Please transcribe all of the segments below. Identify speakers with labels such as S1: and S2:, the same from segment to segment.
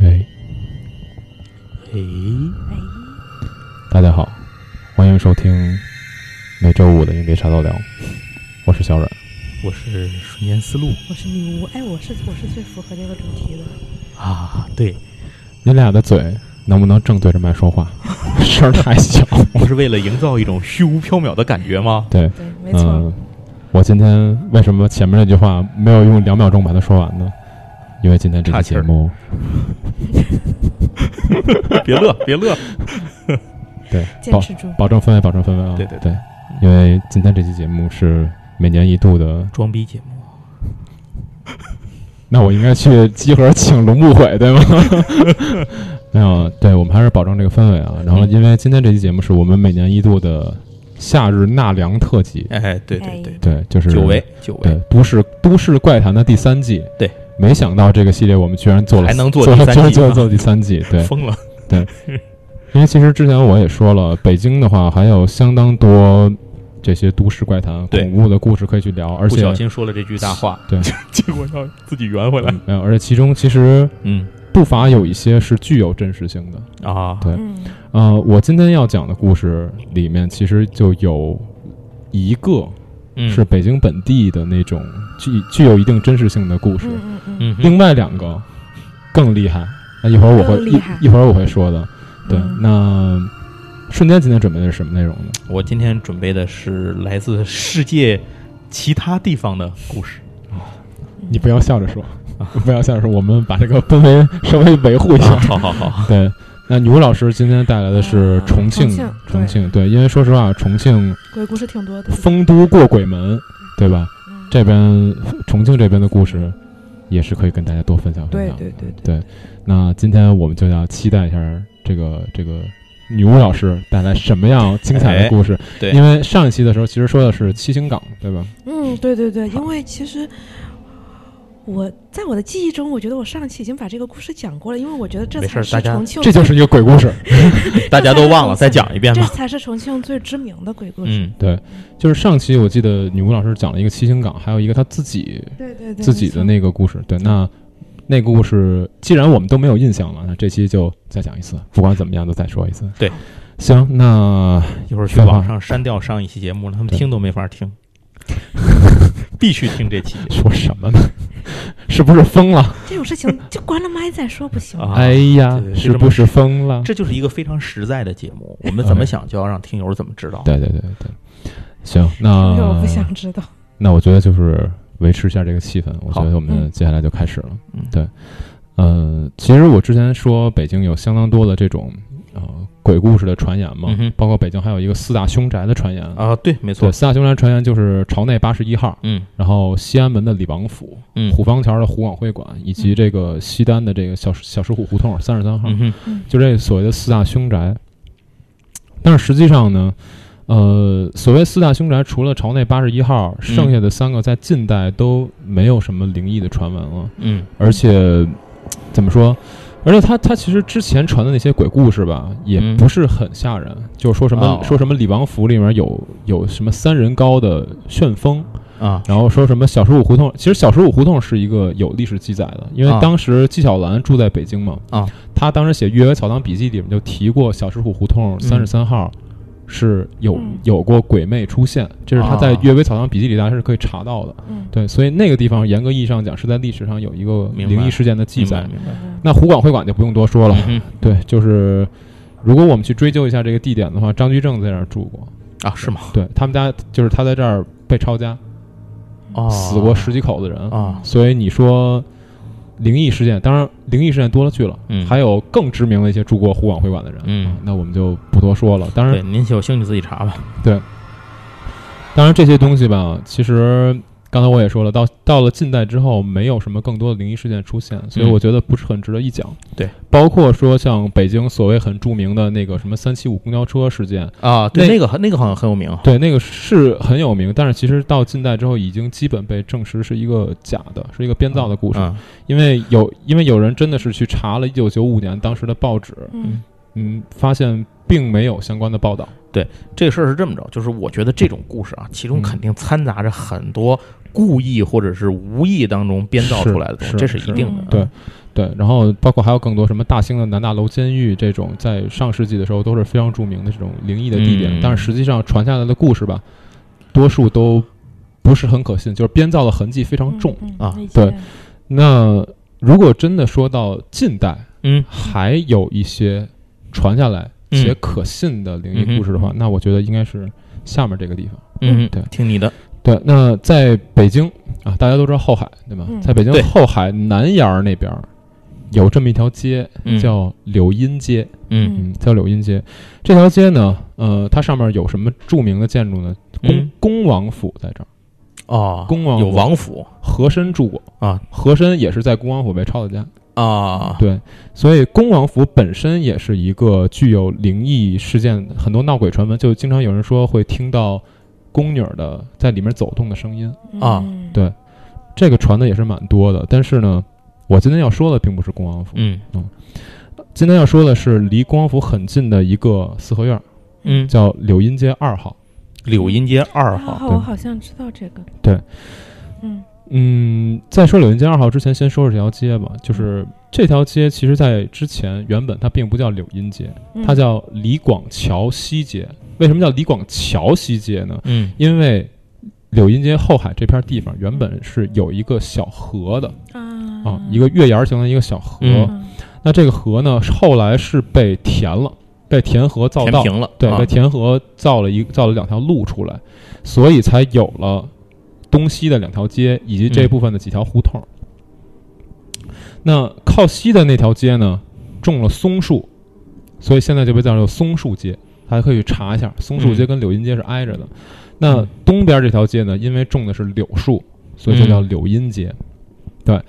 S1: 哎
S2: 哎诶，
S3: 哎
S1: 大家好，欢迎收听每周五的《硬给啥都聊》，我是小阮。
S2: 我是瞬间思路
S3: 我是女巫，哎，我是我是最符合这个主题的。
S2: 啊，对，
S1: 你俩的嘴能不能正对着麦说 话？声儿太小。
S2: 不是为了营造一种虚无缥缈的感觉 吗？
S1: 对，
S3: 对，没
S1: 嗯、
S3: 错，
S1: 我今天为什么前面那句话没有用两秒钟把它说完呢？因为今天这
S2: 岔
S1: 期
S2: 气儿
S1: 节目，
S2: 别乐，别乐，
S1: 对，
S3: 坚
S1: 保
S3: 持住。
S1: 保证氛围，保证氛围啊！
S2: 对
S1: 对
S2: 对
S1: 因为今天这期节目是每年一度的，
S2: 装逼节目。
S1: 那我应该去集合请龙不悔，对 吗？没有，对我们还是保证这个氛围啊。然后，因为今天这期节目是我们每年一度的夏日纳凉特辑，
S2: 哎，对对对，
S1: 对，哎就是
S2: 久违久
S1: 对
S2: 违，
S1: 都市都市怪谈的第三季，
S2: 对。
S1: 没想到这个系列我们居然做了，
S2: 还能做
S1: 做
S2: 第三季
S1: 了做
S2: 啊
S1: 了做了第三季， 对，
S2: 疯了。
S1: 因为其实之前我也说了，北京的话还有相当多这些都市怪谈、
S2: 对
S1: 恐怖的故事可以去聊，而
S2: 不
S1: 且
S2: 小心说了这句大话，
S1: 对，
S2: 结果要自己圆回来。
S1: 嗯没有，而且其中其实
S2: 嗯
S1: 不乏有一些是具有真实性的。
S2: 啊，
S1: 对
S3: 嗯，
S1: 呃，我今天要讲的故事里面，其实就有一个
S2: 嗯
S1: 是北京本地的那种具具有一定真实性的故事，
S3: 嗯嗯嗯，
S2: 嗯哼
S1: 另外两个更厉害。那一会儿我会
S3: 更厉害
S1: 一一会儿我会说的。对，
S3: 嗯
S1: 那瞬间今天准备的是什么内容呢？
S2: 我今天准备的是来自世界其他地方的故 事。
S3: 嗯
S1: 你不要笑着说，不要笑着说，我们把这个氛围稍微维护一下。
S2: 好好好，
S1: 对，那女巫老师今天带来的是
S3: 啊
S1: 重庆，
S3: 重庆
S1: 重庆对，因为说实话，重庆
S3: 鬼故事挺多的。
S1: 丰都过鬼门，对吧？
S3: 嗯
S1: 这边重庆这边的故事也是可以跟大家多分享分
S3: 对
S1: 享。
S3: 对对对，
S1: 对那今天我们就要期待一下这个这个女巫老师带来什么样精彩的故事。
S2: 对
S1: 因为上一期的时候其实说的是七星岗，对吧？
S3: 嗯，对对对，因为其实。我在我的记忆中，我觉得我上期已经把这个故事讲过了，因为我觉得这
S2: 没事
S3: 才
S2: 儿
S3: 是
S2: 大家
S3: 重庆最，
S1: 这就是一个鬼故事。
S2: 大家都忘了，再讲一遍
S3: 这
S2: 吧。
S3: 才是重庆最知名的鬼故事。
S2: 嗯，
S1: 就是上期我记得女巫老师讲了一个七星岗，还有一个她自己
S3: 对对对，
S1: 自己的那个故事。对，那那个故事既然我们都没有印象了，那这期就再讲一次，不管怎么样都再说一次。
S2: 对，
S1: 行，那
S2: 一会儿去网上删掉上一期节目了，他们
S1: 对
S2: 听都没 法听，必须听这期节
S1: 说什么呢？ 是不是疯了
S3: 没？错这种事情就关了麦再说不行
S2: 目
S3: 吗？
S2: 啊。
S1: 哎呀
S2: 对，
S1: 是不是疯了？
S2: 这就是一个非常实在的节目，我们怎么
S1: OK
S2: 想就要让听友怎么知道。
S1: 对对对对，行，
S3: 因为我
S1: 那
S3: 不想知道。
S1: 那我觉得就是维持一下这个气氛，我觉得我们
S3: 嗯
S1: 接下来就开始了。
S2: 嗯
S1: 对，呃，其实我之前说北京有相当多的这种呃鬼故事的传言嘛，
S2: 嗯哼
S1: 包括北京还有一个四大凶宅的传言。
S2: 啊，对，没错
S1: 对，，四大凶宅传言就是朝内八十一号，
S2: 嗯
S1: 然后西安门的李王府、
S2: 嗯
S1: 虎坊桥的虎广会馆，以及这个西单的这个小小石虎胡同三十三号。
S2: 嗯哼，
S1: 就这所谓的四大凶宅。但是实际上呢，呃，所谓四大凶宅，除了朝内八十一号，
S2: 嗯
S1: 剩下的三个在近代都没有什么灵异的传闻了。
S2: 嗯
S1: 而且怎么说？而且他他其实之前传的那些鬼故事吧，也
S2: 嗯
S1: 不是很吓人，就是说什么、
S2: 哦
S1: 说什么李王府里面有有什么三人高的旋风，
S2: 啊，
S1: 然后说什么小十五胡同，其实小十五胡同是一个有历史记载的，因为
S2: 啊
S1: 当时纪晓岚住在北京嘛，
S2: 啊，
S1: 他当时写《阅微草堂笔记》里面就提过小石虎胡
S2: 嗯
S1: 同三十三号是有、
S3: 嗯
S1: 有过鬼魅出现，这是他在
S2: 啊
S1: 《阅微草堂笔记》里大家是可以查到的。
S3: 嗯，
S1: 对，所以那个地方严格意义上讲是在历史上有一个
S2: 明白
S1: 灵异事件的记
S2: 明
S1: 载。
S2: 白明白。
S3: 嗯
S1: 那湖广会馆就不用多说了，
S2: 嗯
S1: 对，就是如果我们去追究一下这个地点的话，张居正在这儿住过，
S2: 哼啊，是吗？
S1: 对他们家就是他在这儿被抄家。
S2: 哦，
S1: 死过十几口子人，
S2: 啊，
S1: 所以你说灵异事件，当然灵异事件多了去了，
S2: 嗯，
S1: 还有更知名的一些住过湖广会馆的人，
S2: 嗯
S1: 那我们就不多说了。当然
S2: 对，，您有兴趣自己查吧。
S1: 当然这些东西吧，其实刚才我也说了，到到了近代之后，没有什么更多的灵异事件出现，所以
S2: 嗯
S1: 我觉得不是很值得一讲。
S2: 对，
S1: 包括说像北京所谓很著名的那个什么三七五公交车事件，
S2: 啊，对，
S1: 那
S2: 那个那个好像很有名。
S1: 对，那个是很有名，但是其实到近代之后，已经基本被证实是一个假的，是一个编造的故事。
S2: 嗯
S1: 因为有因为有人真的是去查了一九九五年当时的报纸，
S3: 嗯
S1: 嗯，发现并没有相关的报道。
S2: 这个事儿是这么着，就是我觉得这种故事啊，其
S1: 嗯
S2: 中肯定掺杂着很多故意或者是无意当中编造出来的东西，
S1: 是
S2: 这
S1: 是
S2: 一定的。啊
S1: 是对对，然后包括还有更多什么大兴的南大楼监狱这种，在上世纪的时候都是非常著名的这种灵异的地点，
S2: 嗯
S1: 但是实际上传下来的故事吧，多数都不是很可信，就是编造的痕迹非常重。
S3: 嗯
S2: 啊，
S3: 理解
S1: 对那如果真的说到近代，
S2: 嗯
S1: 还有一些传下来且可信的灵异故事的话，那我觉得应该是下面这个地方。
S2: 嗯，
S1: 对
S2: 听你的，
S1: 对，那在北京啊，大家都知道后海对吧？
S3: 嗯
S1: 在北京
S2: 对
S1: 后海南沿儿那边儿有这么一条街，
S2: 嗯
S1: 叫柳荫街。
S2: 嗯
S1: 嗯，叫柳荫街。这条街呢，呃，它上面有什么著名的建筑呢？恭、
S2: 嗯
S1: 恭王府在这儿，
S2: 哦，
S1: 恭王
S2: 有
S1: 府
S2: 王府
S1: 和珅住过
S2: 啊，
S1: 和珅也是在恭王府被抄的家。
S2: 啊，
S1: 对，所以恭王府本身也是一个具有灵异事件，很多闹鬼传闻，就经常有人说会听到宫女儿的在里面走动的声音，
S2: 啊，
S3: 嗯
S1: 对这个传的也是蛮多的。但是呢，我今天要说的并不是恭王府，
S2: 嗯
S1: 今天要说的是离恭王府很近的一个四合院儿，
S2: 嗯，
S1: 叫柳荫街二号。
S2: 柳荫街二
S3: 啊
S2: 号，
S3: 我好像知道这个，
S1: 对，
S3: 嗯
S1: 嗯，在说柳荫街二号之前，先说说这条街吧。就是这条街，其实在之前原本它并不叫柳荫街，
S3: 嗯，
S1: 它叫李广桥西街。为什么叫李广桥西街呢？
S2: 嗯
S1: 因为柳荫街后海这片地方原
S2: 嗯
S1: 本是有一个小河的
S3: 啊
S1: 啊，一个月牙儿形的一个小河。
S2: 嗯
S3: 嗯
S1: 那这个河呢，后来是被填了，被填河造
S2: 填
S1: 道，
S2: 平了，
S1: 对，
S2: 啊
S1: 被填河造了一造了两条路出来，所以才有了东西的两条街以及这
S2: 嗯
S1: 部分的几条胡同。那靠西的那条街呢，种了松树，所以现在就被叫做松树街。大家可以查一下，松树街
S2: 嗯
S1: 跟柳荫街是挨着的。
S2: 嗯
S1: 那东边这条街呢，因为种的是柳树，所以就叫
S2: 嗯
S1: 柳荫街。对，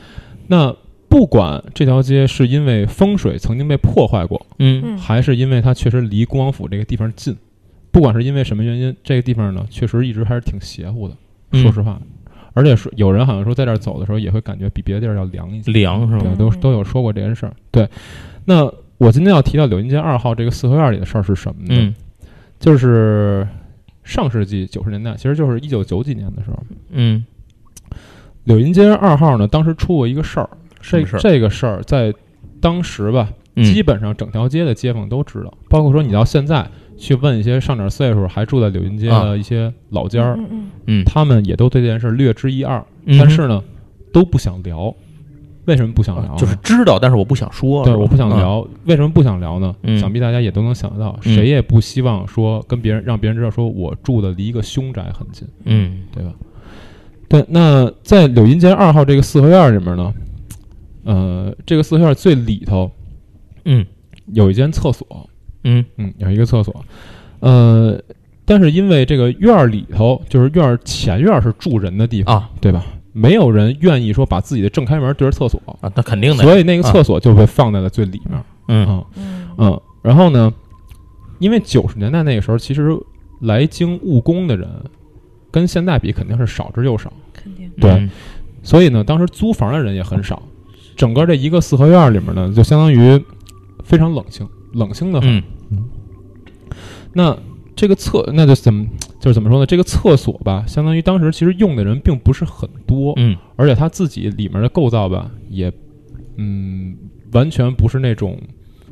S1: 那不管这条街是因为风水曾经被破坏过，
S2: 嗯
S3: 嗯
S1: 还是因为它确实离恭王府这个地方近。不管是因为什么原因，这个地方呢，确实一直还是挺邪乎的。
S2: 嗯
S1: 说实话，而且说有人好像说在这儿走的时候也会感觉比别的地儿要凉一些，
S2: 凉是
S1: 对，
S2: 吗？
S1: 都都有说过这件事儿。对，那我今天要提到柳荫街二号这个四合院里的事儿是什么呢？
S2: 嗯
S1: 就是上世纪九十年代，其实就是一九九几年的时候，
S2: 嗯
S1: 柳荫街二号呢，当时出过一个事儿，
S2: 什
S1: 这
S2: 么事儿
S1: 这个事儿在当时吧，基
S2: 嗯
S1: 本上整条街的街坊都知道，包括说你到现在去问一些上点岁数还住在柳荫街
S2: 啊
S1: 的一些老家儿，
S3: 嗯嗯
S2: 嗯，
S1: 他们也都对这件事略知一二，
S2: 嗯
S1: 但是呢，都不想聊。为什么不想聊呢？
S2: 啊就是知道，但是我不想说，
S1: 对，
S2: 是吧
S1: 我不想。
S2: 啊
S1: 聊。为什么不想聊呢？
S2: 嗯
S1: 想必大家也都能想得到，
S2: 嗯
S1: 谁也不希望说跟别人让别人知道，说我住的离一个凶宅很近，
S2: 嗯
S1: 对吧？对，那在柳荫街二号这个四合院里面呢，呃，这个四合院最里头
S2: 嗯
S1: 有一间厕所，
S2: 嗯
S1: 嗯，有一个厕所，呃，但是因为这个院儿里头，就是院儿前院儿是住人的地方，
S2: 啊
S1: 对吧？没有人愿意说把自己的正开门对着厕所，
S2: 啊，那肯定的，
S1: 所以那个厕所就被放在了最里面。
S2: 嗯
S3: 嗯
S1: 嗯，然后呢，因为九十年代那个时候，其实来京务工的人跟现在比肯定是少之又少，
S3: 肯定
S1: 对
S2: 嗯
S1: 所以呢，当时租房的人也很少，整个这一个四合院里面呢，就相当于非常冷清，冷清的很。
S2: 嗯
S1: 那这个厕，那就怎么就是怎么说呢？这个厕所吧，相当于当时其实用的人并不是很多，
S2: 嗯
S1: 而且它自己里面的构造吧，也嗯，完全不是那种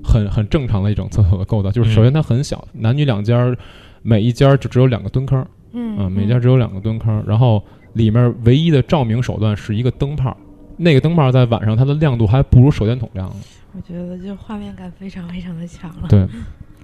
S1: 很很正常的一种厕所的构造。就是首先它很小，男女两间儿，每一间儿就只有两个蹲坑儿，
S3: 嗯
S1: 啊，每家只有两个蹲坑儿，然后里面唯一的照明手段是一个灯泡儿。那个灯泡儿在晚上它的亮度还不如手电筒亮呢。
S3: 我觉得这画面感非常非常的强了，
S1: 对，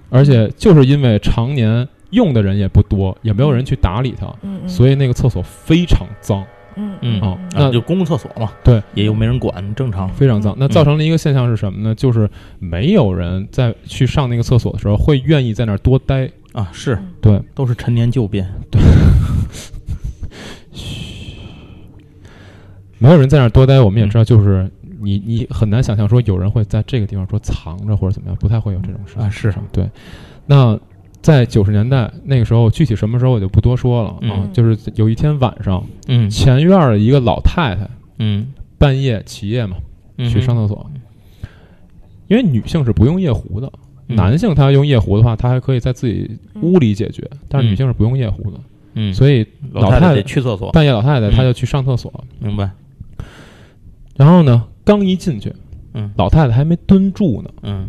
S1: 而且就是因为常年用的人也不多，也没有人去打理它，
S3: 嗯嗯，
S1: 所
S3: 以
S1: 以那个厕所非常脏，
S3: 嗯
S2: 嗯
S1: 哦
S2: 啊，
S1: 那
S2: 就公共厕所嘛，
S1: 对，
S2: 也又没人管，正常。
S1: 非常脏。那
S2: 嗯
S1: 造成了一个现象是什么呢？就是没有人在去上那个厕所的时候会愿意在那儿多待。
S2: 啊，是
S3: 嗯
S1: 对，
S2: 都是陈年旧变。
S1: 没有人在那儿多待，我们也
S2: 嗯
S1: 知道，就是你你很难想象说有人会在这个地方说藏着或者怎么样，不太会有这种事情
S2: 啊是
S1: 对。那在九十年代那个时候，具体什么时候我就不多说了、啊
S2: 嗯。
S1: 就是有一天晚上，
S2: 嗯
S1: 前院儿的一个老太太
S2: 嗯，
S1: 半夜起夜嘛，
S2: 嗯
S1: 去上厕所，因为女性是不用夜壶的，
S2: 嗯
S1: 男性他用夜壶的话，他还可以在自己屋里解决，但是女性是不用夜壶的，
S2: 嗯，
S1: 所以
S2: 老
S1: 老太
S2: 太
S1: 太
S2: 得去厕所，
S1: 半夜老太太
S2: 嗯
S1: 她就去上厕所，
S2: 明白？
S1: 然后呢，刚一进去，
S2: 嗯
S1: 老太太还没蹲住呢，
S2: 嗯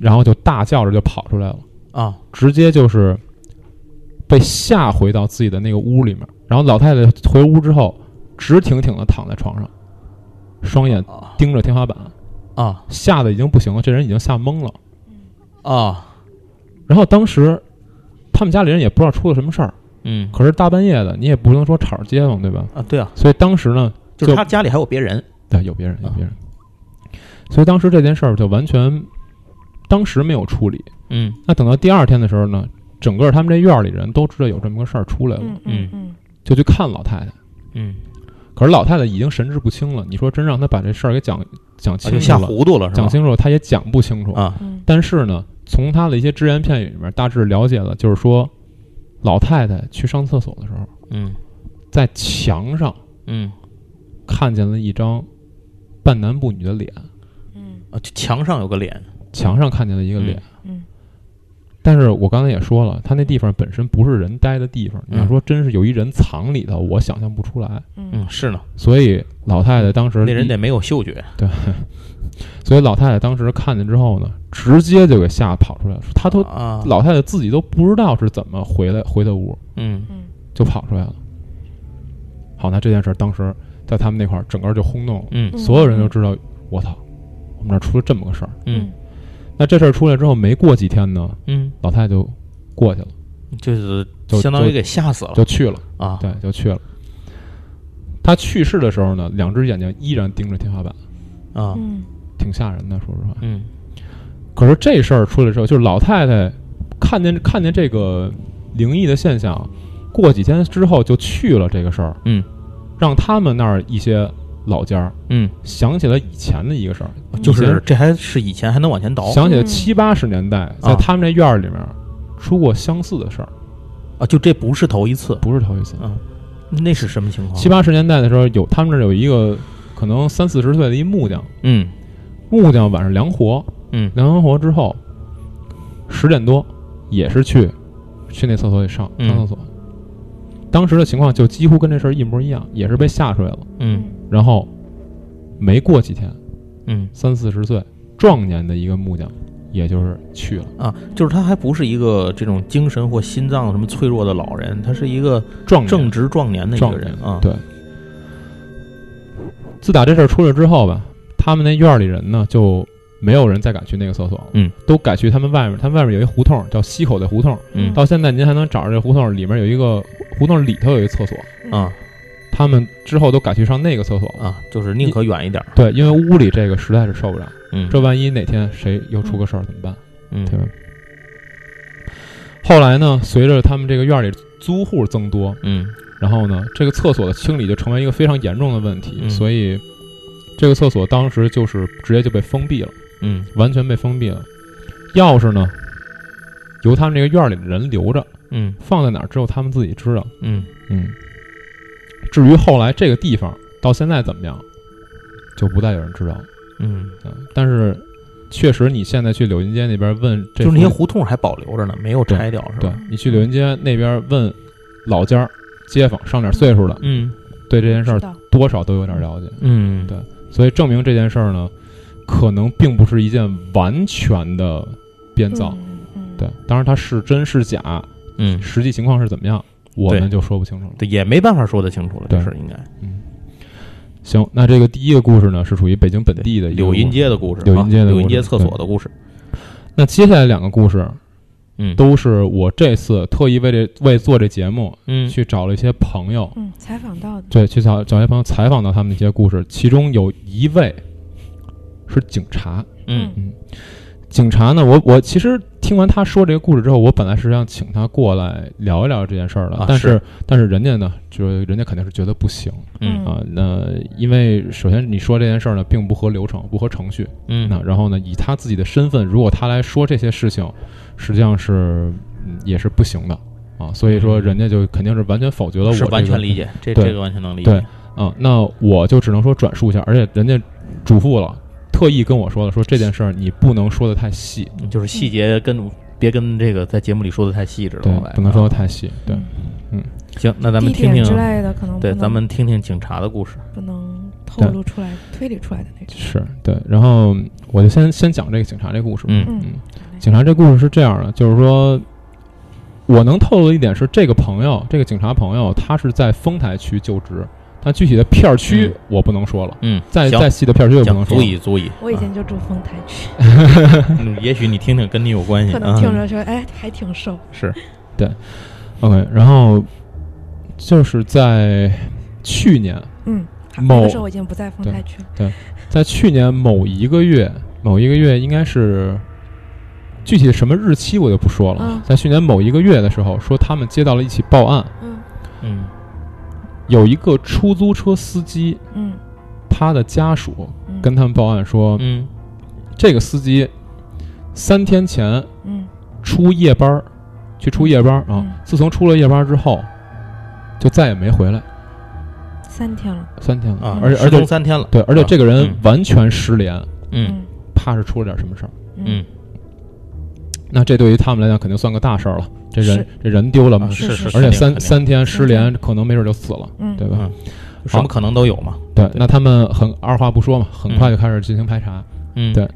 S1: 然后就大叫着就跑出来了，
S2: 啊
S1: 直接就是被吓回到自己的那个屋里面。然后老太太回屋之后，直挺挺的躺在床上，双眼
S2: 啊
S1: 盯着天花板，
S2: 啊
S1: 吓得已经不行了，这人已经吓懵了。
S2: 啊
S1: 然后当时他们家里人也不知道出了什么事儿，
S2: 嗯
S1: 可是大半夜的，你也不能说吵着街坊，对吧？
S2: 啊，对啊，
S1: 所以当时呢，
S2: 就是
S1: 就
S2: 他家里还有别人，
S1: 对，有别人，有
S2: 啊
S1: 别人。所以当时这件事儿就完全，当时没有处理。
S2: 嗯
S1: 那等到第二天的时候呢，整个他们这院儿里人都知道有这么个事儿出来了，
S3: 嗯
S2: 嗯
S3: 嗯嗯，
S1: 就去看老太太。
S2: 嗯，
S1: 可是老太太已经神志不清了，你说真让她把这事儿给讲讲
S2: 啊
S1: 清
S2: 就
S1: 楚
S2: 吓
S1: 了，
S2: 糊涂了是
S1: 讲
S2: 吧？
S1: 清楚了她也讲不清楚。
S2: 啊
S3: 嗯
S1: 但是呢，从她的一些只言片语里面大致了解了，就是说，老太太去上厕所的时候，
S2: 嗯
S1: 在墙上
S2: 嗯
S1: 看见了一张半男不女的脸，
S3: 嗯
S2: 啊，就墙上有个脸，
S1: 墙上看见了一个
S2: 嗯
S1: 脸。
S3: 嗯
S1: 但是我刚才也说了，他那地方本身不是人待的地方。你
S2: 嗯
S1: 要说真是有一人藏里头，我想象不出来。
S3: 嗯
S2: 嗯是呢，
S1: 所以老太太当时
S2: 那人得没有嗅觉，
S1: 所以老太太当时看见之后呢，直接就给吓跑出来了。她都、
S2: 啊
S1: 老太太自己都不知道是怎么回来回的屋，
S2: 嗯
S3: 嗯
S1: 就跑出来了。好，那这件事儿当时在他们那块儿整个就轰动了，
S2: 嗯
S3: 嗯
S1: 所有人都知道，我操，我们这儿出了这么个事儿。
S2: 嗯
S1: 那这事儿出来之后，没过几天呢，
S2: 嗯，
S1: 老太太就过去了，
S2: 就是
S1: 嗯就
S2: 相当于
S1: 就
S2: 给吓死了
S1: 就去了。
S2: 啊
S1: 对，就去了。他去世的时候呢，两只眼睛依然盯着天花板，
S2: 啊
S3: 嗯
S1: 挺吓人的，说实话。
S2: 嗯
S1: 可是这事儿出来之后，就是老太太看见看见这个灵异的现象，过几天之后就去了这个事儿，
S2: 嗯，
S1: 让他们那儿一些老家儿
S2: 嗯，
S1: 想起了以前的一个事儿，
S2: 哦就
S1: 以前
S2: 是这还是以前还能往前倒
S1: 想起了
S3: 嗯
S1: 七八十年代在
S2: 啊
S1: 他们这院儿里面出过相似的事儿，
S2: 啊，就这不是头一次，
S1: 不是头一次。
S2: 嗯，那是什么情况？啊
S1: 七八十年代的时候，有他们这儿有一个可能三四十岁的一木匠，
S2: 嗯
S1: 木匠晚上量活，
S2: 嗯
S1: 量完活之后，十点多也是去去那厕所里上
S2: 嗯
S1: 上厕所。当时的情况就几乎跟这事儿一模一样，也是被吓出来了。
S2: 嗯
S1: 然后没过几天，
S2: 嗯
S1: 三四十岁壮年的一个木匠，也就是去了
S2: 啊，就是他还不是一个这种精神或心脏什么脆弱的老人，他是一个
S1: 壮
S2: 正
S1: 年
S2: 值壮年的一
S1: 壮
S2: 个
S1: 年
S2: 人啊。
S1: 对。自打这事儿出来之后吧，他们那院儿里人呢就没有人再敢去那个厕所了，
S2: 嗯，
S1: 都改去他们外面，他们外面有一胡同叫西口的胡同，
S2: 嗯
S1: 到现在您还能找着这胡同里面有一个胡同里头有一个厕所，
S2: 啊
S1: 他们之后都改去上那个厕所了。
S2: 啊，就是宁可远一点儿。
S1: 对，因为屋里这个实在是受不了，
S2: 嗯，
S1: 这万一哪天谁又出个事儿怎么办？
S2: 嗯
S1: 对吧？后来呢，随着他们这个院儿里租户增多，
S2: 嗯
S1: 然后呢，这个厕所的清理就成为一个非常严重的问题，
S2: 嗯
S1: 所以这个厕所当时就是直接就被封闭了，
S2: 嗯
S1: 完全被封闭了。钥匙呢，由他们这个院儿里的人留着，
S2: 嗯
S1: 放在哪儿只有他们自己知道。
S2: 嗯
S1: 嗯，至于后来这个地方到现在怎么样，就不再有人知道了。
S2: 嗯，
S1: 嗯，但是确实，你现在去柳云街那边问这
S2: 就
S1: 附近，
S2: 是那些胡同还保留着呢，没有拆掉是
S1: 对
S2: 吧？
S1: 你去柳云街那边问老家儿街坊上点岁数的，
S2: 嗯
S1: 对这件事
S3: 知
S1: 儿
S3: 道
S1: 多少都有点了解，
S2: 嗯
S1: 对所以证明这件事儿呢，可能并不是一件完全的编造。
S3: 嗯嗯
S1: 对，当然它是真是假，
S2: 嗯，
S1: 实际情况是怎么样，我
S2: 对
S1: 们就说不清楚了。
S2: 对，也没办法说得清楚了，这
S1: 对
S2: 事儿应该
S1: 行，那这个第一个故事呢，是属于北京本地的一个
S2: 柳
S1: 故
S2: 荫
S1: 事。
S2: 街的故事，
S1: 柳
S2: 啊
S1: 荫街的
S2: 柳荫
S1: 故
S2: 街
S1: 事
S2: 厕
S1: 对
S2: 所的故事。
S1: 那接下来两个故事
S2: 嗯
S1: 都是我这次特意为这为做这节目
S2: 嗯
S1: 去找了一些朋友，
S3: 嗯，采访到的，
S1: 对，去找找一些朋友采访到他们的一些故事，其中有一位是警察。
S2: 嗯
S1: 警察呢，我我其实听完他说这个故事之后，我本来是想请他过来聊一聊这件事儿的，
S2: 啊
S1: 但
S2: 是
S1: 但是人家呢，就是人家肯定是觉得不行
S2: 嗯
S1: 啊、那因为首先你说这件事儿呢，并不合流程，不合程序，
S2: 嗯
S1: 那然后呢，以他自己的身份，如果他来说这些事情，实际上是、嗯、也是不行的啊。所以说，人家就肯定是完全否决了我、
S2: 嗯是完全理。解，这
S1: 对
S2: 这个完全能理解
S1: 对。啊，那我就只能说转述一下，而且人家嘱咐了，特意跟我说了，说这件事儿你不能说的太细，
S2: 嗯就是细节跟别跟这个在节目里说的太细致了，
S1: 对
S2: 老白，
S1: 不能说的太细，对。
S3: 嗯
S2: 行，那咱们
S3: 地
S2: 听
S3: 点之
S2: 听，啊
S3: 类的可能不
S2: 对，
S3: 能
S2: 咱们听听警察的故事。
S3: 不能透露出来、推理出来的那种。
S1: 是对。然后我就先先讲这个警察这故事吧。
S2: 嗯
S3: 嗯，
S1: 警察这故事是这样的，就是说，我能透露一点是，这个朋友，这个警察朋友，他是在丰台区就职，但具体的片儿区
S2: 嗯
S1: 我不能说了，
S2: 嗯，
S1: 再
S2: 行
S1: 再细的片儿区就不
S2: 讲
S1: 能说
S2: 足
S1: 了。
S2: 以足以，
S3: 我以前就住丰台区，
S2: 嗯也许你听听跟你有关系
S3: 可
S2: 啊
S3: 能，听着说，哎，还挺瘦。
S2: 是
S1: OK，然后就是在去年，
S3: 嗯，好
S1: 某
S3: 那个时候我已经不在丰台区了。
S1: 在去年某一个月，某一个月应该是具体什么日期我就不说了。
S3: 嗯
S1: 在去年某一个月的时候，说他们接到了一起报案，
S3: 嗯
S2: 嗯
S1: 有一个出租车司机，
S3: 嗯
S1: 他的家属
S3: 嗯，
S1: 跟他们报案说，
S2: 嗯
S1: 这个司机三天前
S3: 嗯
S1: 出夜班儿，去出夜班儿啊
S3: 嗯，
S1: 自从出了夜班儿之后，就再也没回来，
S3: 三天了。
S1: 三天了
S3: 嗯
S2: 啊，
S1: 而且而
S2: 失踪
S1: 且
S2: 三天了，
S1: 对，而且这个人
S2: 嗯
S1: 完全失联，
S2: 嗯
S1: 怕是出了点什么事儿。
S2: 嗯，
S1: 那这对于他们来讲肯定算个大事儿了，这人
S3: 是
S1: 这人丢了嘛
S2: 啊，
S3: 是
S2: 是
S3: 是
S2: 是，
S1: 而且
S2: 肯定
S1: 三
S2: 肯定
S1: 三天失联，可能没准就死了，
S3: 嗯
S1: 对吧？
S2: 嗯什么可能都有嘛，
S1: 对，那他们很二话不说嘛，很快就开始进行排查。
S2: 嗯
S1: 对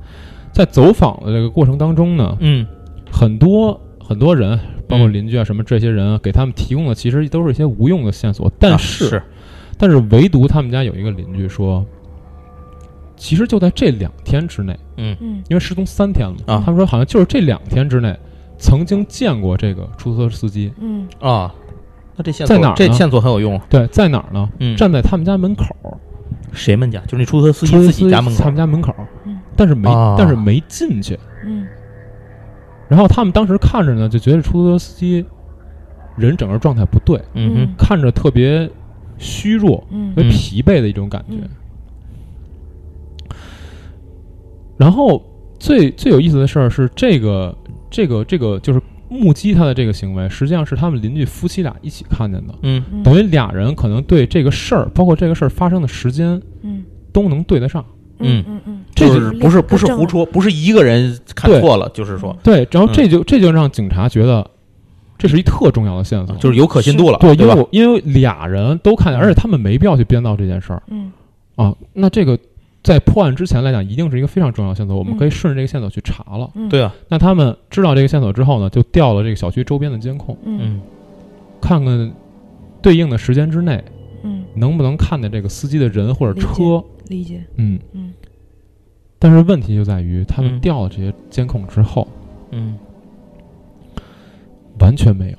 S1: 在走访的这个过程当中呢，
S2: 嗯
S1: 很多很多人，包括
S2: 嗯
S1: 邻居啊什么这些人啊，给他们提供的其实都是一些无用的线索，但
S2: 啊
S1: 是,、
S2: 是
S1: 但是唯独他们家有一个邻居说，其实就在这两天之内，
S2: 嗯
S3: 嗯
S1: 因为失踪三天了嘛，
S2: 啊
S1: 他们说好像就是这两天之内曾经见过这个出租车司机，
S3: 嗯
S2: 啊，那这线索
S1: 在哪儿呢
S2: 这线索很有用啊，
S1: 对，在哪儿呢？
S2: 嗯，
S1: 站在他们家门口，
S2: 谁们家？就是那出租车司机
S1: 出租
S2: 自
S1: 车
S2: 己家门口
S1: 他们家门口
S3: 嗯，
S1: 但是没、
S2: 啊
S1: 但是没进去。
S3: 嗯
S1: 然后他们当时看着呢，就觉得出租车司机人整个状态不对，
S2: 嗯哼，
S1: 看着特别虚弱、
S3: 嗯
S2: 哎
S1: 特别疲惫的一种感觉。
S3: 嗯
S1: 然后最最有意思的事儿是，这个这个这个就是目击他的这个行为，实际上是他们邻居夫妻俩一起看见的，
S2: 嗯
S3: 嗯，
S1: 等于俩人可能对这个事儿，包括这个事儿发生的时间
S3: 嗯
S1: 都能对得上。
S2: 嗯
S3: 嗯嗯嗯，
S1: 这
S2: 就
S1: 就是
S2: 不是不是胡
S3: 出，
S2: 说，不是一个人看错了，就是说
S1: 对，然后
S2: 嗯
S1: 这就、这就让警察觉得这是一特重要的线索，
S2: 嗯就是有可信度了，
S1: 嗯对，因
S2: 对
S1: 为
S2: 吧？嗯
S1: 我因为俩人都看见，而且他们没必要去编造这件事儿
S3: 嗯
S1: 啊。那这个在破案之前来讲，一定是一个非常重要的线索，我们
S3: 嗯
S1: 可以顺着这个线索去查了。
S3: 嗯，
S2: 对啊，
S1: 那他们知道这个线索之后呢，就调了这个小区周边的监控，
S3: 嗯
S2: 嗯
S1: 看看对应的时间之内
S3: 嗯，
S1: 能不能看见这个司机的人或者
S3: 理解
S1: 车。
S3: 理解，
S1: 嗯
S3: 嗯。
S1: 但是问题就在于，他们
S2: 嗯
S1: 调了这些监控之后，
S2: 嗯
S1: 完全没有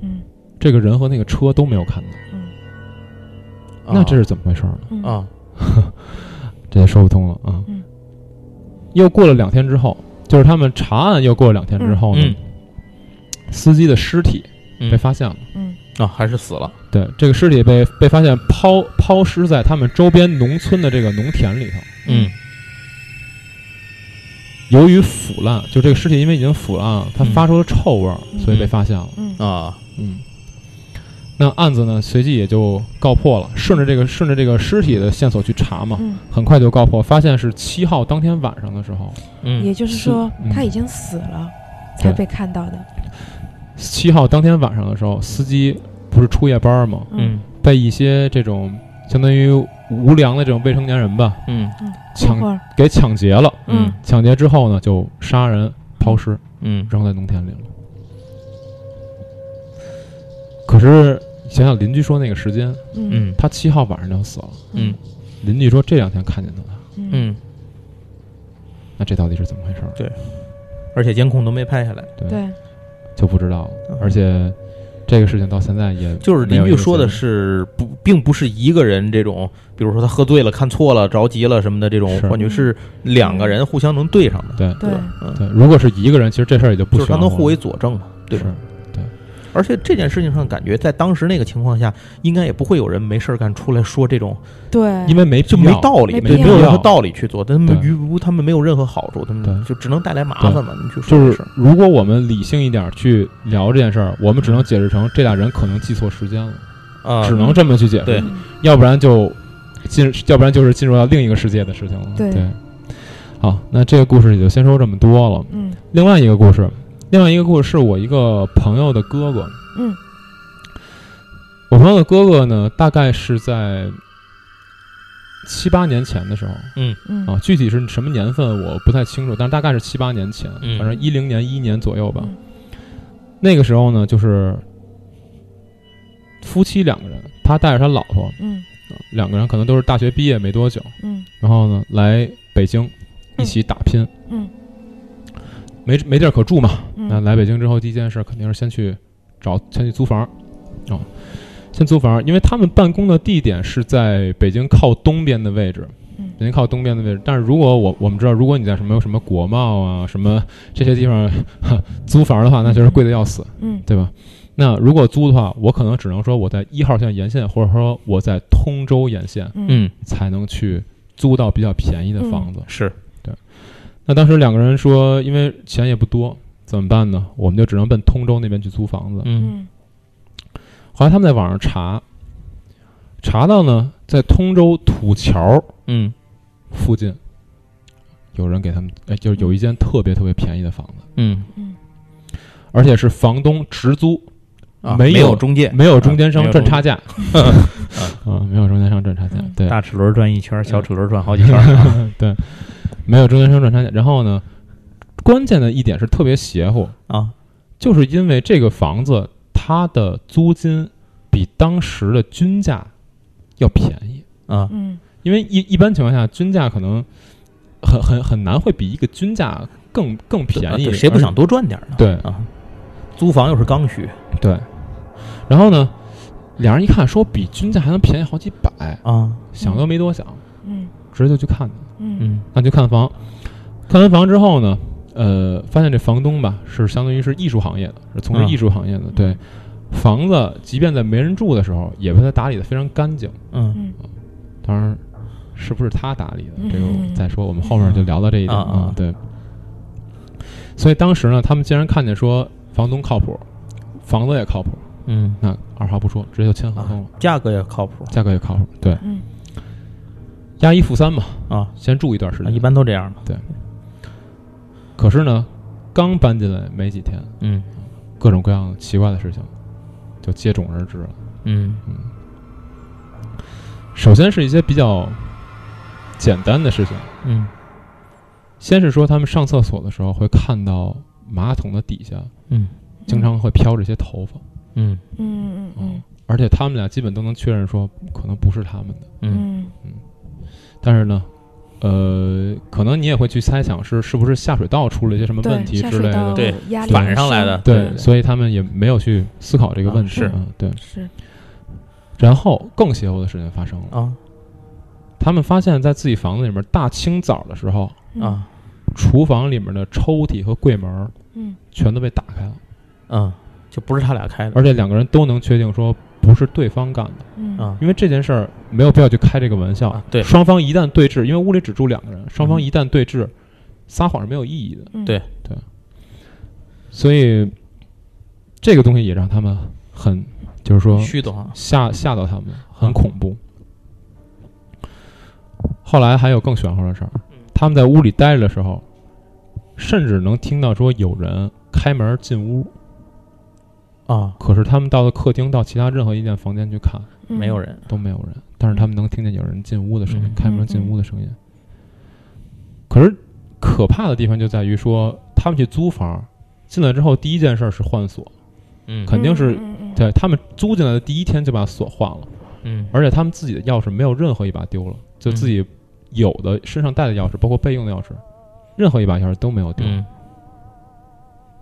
S3: 嗯
S1: 这个人和那个车都没有看到。
S3: 嗯
S2: 啊
S1: 那这是怎么回事儿呢？
S3: 嗯，
S2: 啊，
S1: 这也说不通了啊。
S3: 嗯
S1: 又过了两天之后，就是他们查案又过了两天之后呢，
S2: 嗯
S1: 司机的尸体
S2: 嗯
S1: 被发现了。
S3: 嗯
S2: 啊，还是死了，
S1: 对，这个尸体被被发现抛抛尸在他们周边农村的这个农田里头。
S2: 嗯
S1: 由于腐烂，就这个尸体因为已经腐烂了，它
S2: 嗯
S1: 发出了臭味儿，
S3: 嗯
S1: 所以被发现了。
S3: 嗯
S2: 啊，
S1: 嗯，那案子呢，随即也就告破了。顺着这个顺着这个尸体的线索去查嘛，
S3: 嗯，
S1: 很快就告破，发现是七号当天晚上的时候，
S2: 嗯
S3: 也就是说
S1: 嗯
S3: 他已经死了才被看到的，
S1: 七号当天晚上的时候，司机不是出夜班儿吗？
S2: 嗯
S1: 被一些这种相当于无良的这种未成年人吧，
S2: 嗯
S3: 嗯，
S1: 抢
S3: 过会儿，
S1: 给抢劫了。
S2: 嗯
S1: 抢劫之后呢，就杀人、抛尸，
S2: 嗯
S1: 扔在农田里了。可是想想邻居说那个时间，
S3: 嗯
S2: 嗯
S1: 他七号晚上就死了。
S2: 嗯
S1: 邻居说这两天看见的他，
S3: 嗯
S2: 嗯，
S1: 那这到底是怎么回事儿？
S2: 而且监控都没拍下来，
S3: 对，
S1: 就不知道
S2: 嗯
S1: 了。而且这个事情到现在也
S2: 就是
S1: 没有
S2: 邻
S1: 一
S2: 居
S1: 个
S2: 说的
S1: 结
S2: 是不，并不是一个人这种，比如说他喝醉了、看错了、着急了什么的这种
S1: 是
S2: 幻觉，是两个人互相能对上的，
S1: 论。对
S3: 对，
S2: 嗯，
S1: 对，如果是一个人，其实这事儿也就不
S2: 就
S1: 需
S2: 是
S1: 要
S2: 他能互为
S1: 了
S2: 佐证嘛，对吧
S1: 是？
S2: 而且这件事情上，感觉在当时那个情况下，应该也不会有人没事儿干出来说这种，
S3: 对，
S1: 因为没
S2: 就
S1: 必
S2: 没
S1: 要
S2: 道理，
S3: 没
S2: 对
S3: 必
S2: 没有
S1: 要
S2: 任何道理去做，他们
S1: 对
S2: 于无他们没有任何好处，他们
S1: 对
S2: 就只能带来麻烦嘛。你去说
S1: 就
S2: 这
S1: 是
S2: 事儿，
S1: 如果我们理性一点儿去聊这件事儿，我们只能解释成这俩人可能记错时间了，
S2: 啊，
S1: 只能这么去解释，
S2: 对
S3: 嗯
S1: 要不然就进，要不然就是进入到另一个世界的事情了。
S3: 对
S1: 好，那这个故事也就先说这么多了。
S3: 嗯
S1: 另外一个故事，另外一个故事是我一个朋友的哥哥，
S3: 嗯
S1: 我朋友的哥哥呢，大概是在七八年前的时候
S3: 嗯
S1: 啊，具体是什么年份我不太清楚，但是大概是七八年前，
S2: 嗯
S1: 反正一零年、一年左右吧。
S3: 嗯
S1: 那个时候呢，就是夫妻两个人，他带着他老婆，
S3: 嗯
S1: 两个人可能都是大学毕业没多久，
S3: 嗯
S1: 然后呢来北京一起打拼，
S3: 嗯
S1: 没没地儿可住嘛，那
S3: 嗯
S1: 来北京之后，第一件事肯定是先去找，先去租房啊、先租房，因为他们办公的地点是在北京靠东边的位置，
S3: 嗯
S1: 北京靠东边的位置。但是如果我我们知道，如果你在什么什么国贸啊、什么这些地方呵租房的话，那就是贵的要死，
S3: 嗯
S1: 对吧？那如果租的话，我可能只能说我在一号线沿线，或者说我在通州沿线
S3: 嗯
S2: 嗯，
S1: 才能去租到比较便宜的房子。
S2: 是，
S1: 那当时两个人说，因为钱也不多，怎么办呢？我们就只能奔通州那边去租房子。
S2: 嗯
S3: 嗯
S1: 后来他们在网上查，查到呢，在通州土桥
S2: 嗯
S1: 附近，有人给他们，哎，就是有一间特别特别便宜的房子，
S2: 嗯
S3: 嗯
S1: 而且是房东直租，
S2: 啊，
S1: 没有
S2: 有中介，
S1: 没有中间
S2: 啊没
S1: 商
S2: 有嗯
S1: 赚
S2: 中
S1: 差价， 啊，没有中间商赚差价
S3: 嗯，
S1: 对，嗯
S2: 大齿轮转一圈，小齿轮转好几圈啊，
S1: 没有中间商赚差价。然后呢，关键的一点是特别邪乎，
S2: 啊
S1: 就是因为这个房子它的租金比当时的均价要便宜，
S2: 啊，
S3: 嗯
S1: 因为一一般情况下均价可能很很很难会比一个均价更更便宜，
S2: 呃对谁不想
S1: 而
S2: 多赚点呢？
S1: 对
S2: 啊，租房又是刚需
S1: 对？然后呢，两人一看说比均价还能便宜好几百，
S2: 啊，
S1: 想都没多想，
S3: 嗯
S1: 直接就去看了，
S3: 嗯
S2: 嗯
S1: 那就看房。看完房之后呢，呃，发现这房东吧是相当于是艺术行业的，是从事
S2: 嗯
S1: 艺术行业的，对。房子即便在没人住的时候，也被他打理的非常干净。
S2: 嗯
S3: 嗯
S1: 当然，是不是他打理的，
S3: 嗯
S1: 这个我再说，我们后面就聊到这一点
S2: 啊啊
S1: 对，所以当时呢，他们既然看见说房东靠谱，房子也靠谱，
S2: 嗯，啊
S1: 那二话不说，直接就签合同了，
S2: 价格也靠谱
S1: 价格也靠谱，对，
S3: 嗯
S1: 押一付三嘛，
S2: 啊，
S1: 先住一段时
S2: 啊
S1: 间。
S2: 一般都这样嘛，
S1: 可是呢，刚搬进来没几天，
S2: 嗯
S1: 各种各样奇怪的事情就接踵而至了。
S2: 嗯
S1: 首先是一些比较简单的事情，
S2: 嗯
S1: 先是说他们上厕所的时候会看到马桶的底下
S2: 嗯
S1: 经常会飘着一些头发。
S2: 嗯
S3: 嗯嗯
S1: 而且他们俩基本都能确认说可能不是他们的。
S2: 嗯
S3: 嗯
S1: 但是呢，呃，可能你也会去猜想是是不是下水道出了一些什么
S3: 对，
S1: 问题
S3: 下
S1: 之
S3: 水
S1: 类
S3: 道
S1: 的。
S2: 对
S3: 压力
S2: 反
S3: 很
S2: 上来
S3: 深
S2: 的，
S1: 对
S2: 对
S1: 所以他们也没有去思考这个问题。
S2: 啊是
S1: 嗯，对。
S3: 是
S1: 然后更邪乎的事情发生了，
S2: 啊
S1: 他们发现在自己房子里面大清早的时候，
S2: 啊
S1: 厨房里面的抽屉和柜门儿
S3: 嗯
S1: 全都被打开了，
S2: 嗯，就不是他俩开的
S1: 而且两个人都能确定说不是对方干的，
S3: 嗯
S2: 啊
S1: 因为这件事儿没有必要去开这个玩笑。
S2: 啊，对
S1: 双方一旦对峙，因为屋里只住两个人，双方
S2: 嗯
S1: 一旦对峙，撒谎是没有意义的。
S3: 嗯
S2: 对
S1: 所以这个东西也让他们很，就是说
S2: 虚啊的慌
S1: 吓吓到他们，
S2: 啊
S1: 很恐怖。后来还有更玄乎的事儿，
S2: 嗯
S1: 他们在屋里待着的时候，甚至能听到说有人开门进屋，
S2: 啊，
S1: 可是他们到了客厅，到其他任何一间房间去看
S2: 没有人
S1: 都没有人，但是他们能听见有人进屋的声音，
S2: 嗯
S1: 开门进屋的声音。可是可怕的地方就在于说，他们去租房，进来之后第一件事儿是换锁，
S2: 嗯
S1: 肯定是
S3: 嗯嗯嗯
S1: 对他们租进来的第一天就把锁换了，
S2: 嗯
S1: 而且他们自己的钥匙没有任何一把丢了，就自己有的身上带的钥匙，包括备用的钥匙，任何一把钥匙都没有丢。
S2: 嗯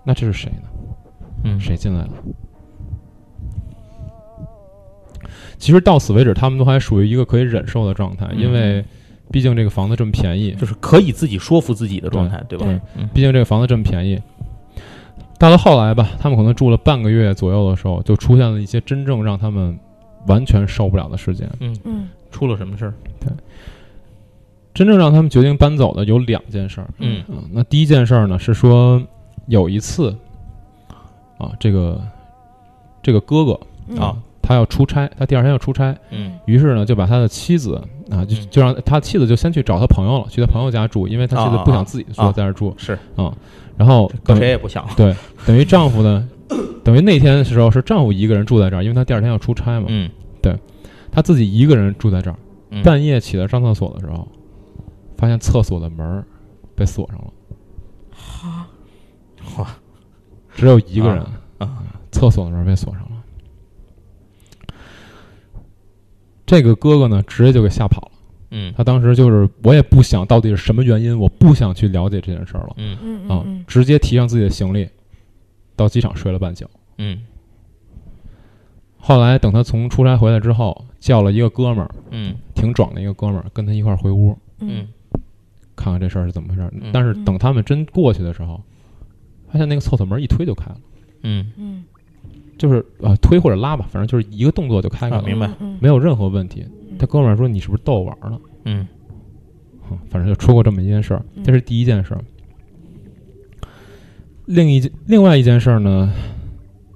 S1: 那这是谁呢？
S2: 嗯
S1: 谁进来了？其实到此为止，他们都还属于一个可以忍受的状态，
S2: 嗯
S1: 因为毕竟这个房子这么便宜，
S2: 就是可以自己说服自己的状态，对吧？嗯
S3: 对
S1: 毕竟这个房子这么便宜。到了后来吧，他们可能住了半个月左右的时候，就出现了一些真正让他们完全受不了的事件。
S3: 嗯
S2: 出了什么事儿？
S1: 真正让他们决定搬走的有两件事儿。
S2: 嗯
S1: 嗯，那第一件事儿呢是说，有一次，啊，这个这个哥哥
S3: 嗯
S1: 啊，他要出差，他第二天要出差，
S2: 嗯
S1: 于是呢就把他的妻子啊，就
S2: 嗯
S1: 就让他妻子就先去找他朋友了，去他朋友家住，因为他妻子
S2: 啊啊
S1: 不想自己说
S2: 啊
S1: 在这儿住
S2: 是
S1: 啊。然后
S2: 搁
S1: 等
S2: 谁也不想，
S1: 等于丈夫呢，等于那天的时候是丈夫一个人住在这儿，因为他第二天要出差嘛，
S2: 嗯
S1: 他自己一个人住在这儿。
S2: 嗯
S1: 半夜起来上厕所的时候，发现厕所的门儿被锁上了，
S3: 啊，
S2: 哇
S1: 只有一个人，
S2: 啊
S1: 厕所的门儿被锁上了。这个哥哥呢，直接就给吓跑了。
S2: 嗯
S1: 他当时就是，我也不想到底是什么原因，我不想去了解这件事儿了
S2: 嗯
S3: 嗯
S1: 啊
S3: 嗯，嗯，
S1: 直接提上自己的行李，到机场睡了半宿。
S2: 嗯
S1: 后来等他从出差回来之后，叫了一个哥们儿，
S2: 嗯
S1: 挺壮的一个哥们儿，跟他一块儿回屋，
S2: 嗯
S1: 看看这事儿是怎么回事儿
S2: 嗯。
S1: 但是等他们真过去的时候，发现那个厕所门一推就开了，
S2: 嗯
S3: 嗯，
S1: 就是啊、呃推或者拉吧，反正就是一个动作就开开
S2: 啊
S1: 了，
S2: 明白
S3: 嗯，
S1: 没有任何问题。他哥们儿说：“你是不是逗我玩儿呢
S2: 嗯？”
S1: 哼反正就出过这么一件事儿，
S3: 嗯
S1: 这是第一件事儿。另一件另外一件事儿呢，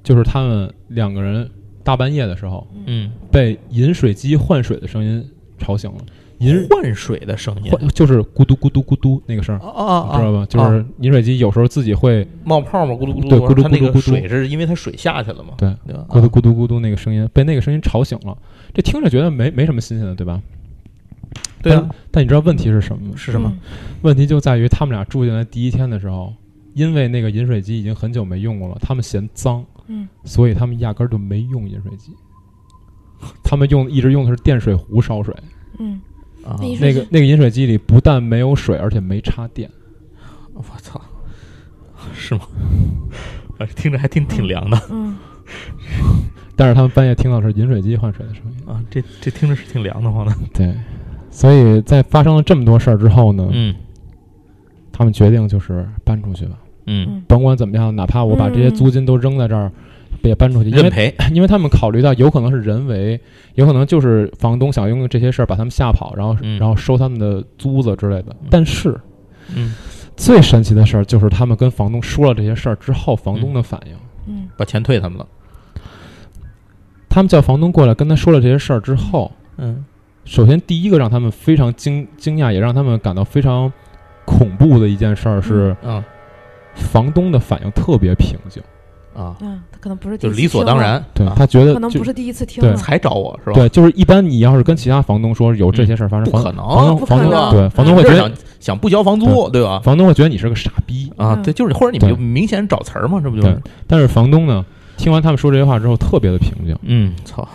S1: 就是他们两个人大半夜的时候
S2: 嗯，
S1: 被饮水机换水的声音吵醒了，饮
S2: 换水的声音，
S1: 换就是咕嘟咕嘟咕嘟那个声儿，
S2: 哦哦
S1: 知道吧？就是饮水机有时候自己会
S2: 冒泡嘛，咕噜咕噜，
S1: 对咕噜
S2: 它那个
S1: 咕噜咕噜
S2: 水是因为它水下去了嘛，
S1: 对
S2: 对吧？
S1: 咕嘟咕嘟咕嘟那个声音，被那个声音吵醒了。这听着觉得没没什么新鲜的，对吧？
S2: 对啊，
S1: 但你知道问题是什么吗？
S2: 是什么？？
S1: 问题就在于他们俩住进来第一天的时候，因为那个饮水机已经很久没用过了，他们嫌脏，
S3: 嗯
S1: 所以他们压根儿就没用饮水机。他们用一直用的是电水壶烧水，
S3: 嗯
S2: 啊
S3: 那一瞬
S1: 那个那个饮水机里不但没有水，而且没插电。
S2: 我操，是吗？啊听着还挺挺凉的
S3: 嗯
S1: 但是他们半夜听到是饮水机换水的声音。
S2: 啊，这这听着是挺凉的慌的。
S1: 对，所以在发生了这么多事儿之后呢，
S2: 嗯
S1: 他们决定就是搬出去吧，
S2: 嗯，
S3: 嗯
S1: 甭管怎么样，哪怕我把这些租金都扔在这儿，也搬出去，因
S2: 认
S1: 为
S2: 赔，
S1: 因为他们考虑到有可能是人为，有可能就是房东想用这些事儿把他们吓跑，然后、
S2: 嗯
S1: 然后收他们的租子之类的。但是
S2: 嗯，
S1: 最神奇的事儿就是他们跟房东说了这些事儿之后，房东的反应。
S3: 嗯
S2: 把钱退他们了。
S1: 他们叫房东过来跟他说了这些事儿之后，
S2: 嗯
S1: 首先第一个让他们非常惊惊讶，也让他们感到非常恐怖的一件事儿
S3: 嗯
S1: 是。
S2: 啊
S1: 房东的反应特别平静，
S2: 啊，
S3: 嗯，他可能不是第
S2: 就
S3: 一次
S2: 理所当然，
S1: 对
S2: 啊
S1: 他觉得
S3: 听了，可能
S1: 就
S3: 不是第一次听
S1: 对
S3: 了，
S2: 才找我是吧？嗯
S1: 对，就是一般你要是跟其他房东说有这些事儿发生，
S2: 不
S1: 房
S2: 可能，
S1: 房东
S3: 不
S1: 房
S3: 可
S1: 东
S3: 能
S1: 对房东会
S2: 你
S1: 觉
S2: 这
S1: 得
S2: 想想不交房租，对吧？
S1: 房东会觉得你是个傻逼，
S2: 啊，
S3: 嗯
S2: 对，就是或者你们
S1: 对
S2: 就明显找词儿嘛，这不就是
S1: 对？但是房东呢，听完他们说这些话之后特别的平静，
S2: 嗯，操，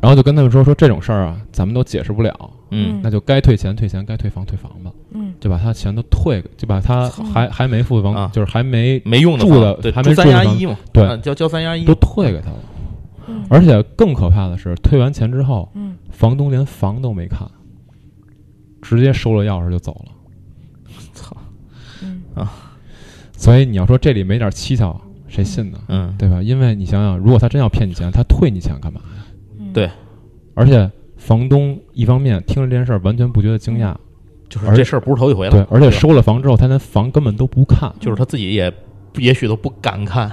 S1: 然后就跟他们说说这种事儿啊，咱们都解释不了，
S2: 嗯
S3: 嗯
S1: 那就该退钱退钱，该退房退房吧，
S3: 嗯
S1: 就把他钱都退，就把他
S3: 操
S1: 还还没付的房
S2: 啊
S1: 就是还没
S2: 没用的
S1: 住
S2: 房
S1: 的
S2: 对，
S1: 还
S2: 住
S1: 没
S2: 三
S1: 住
S2: 押
S1: 的房
S2: 一嘛，
S1: 对
S2: 啊，交交三押一
S1: 都退给他了，
S3: 嗯
S1: 而且更可怕的是，退完钱之后，
S3: 嗯
S1: 房东连房都没看，直接收了钥匙就走了。
S2: 操，
S3: 嗯
S1: 所以你要说这里没点蹊跷，谁信呢？
S2: 嗯，
S1: 对吧？因为你想想，如果他真要骗你钱，他退你钱干嘛？
S3: 嗯，
S2: 对
S1: 而且房东一方面听了这件事儿完全不觉得惊讶，
S2: 就是
S1: 而
S2: 这事儿不是头一回了，
S1: 对，而且
S2: 吧
S1: 收了房之后，他连房根本都不看，
S2: 就是他自己也不也许都不敢看，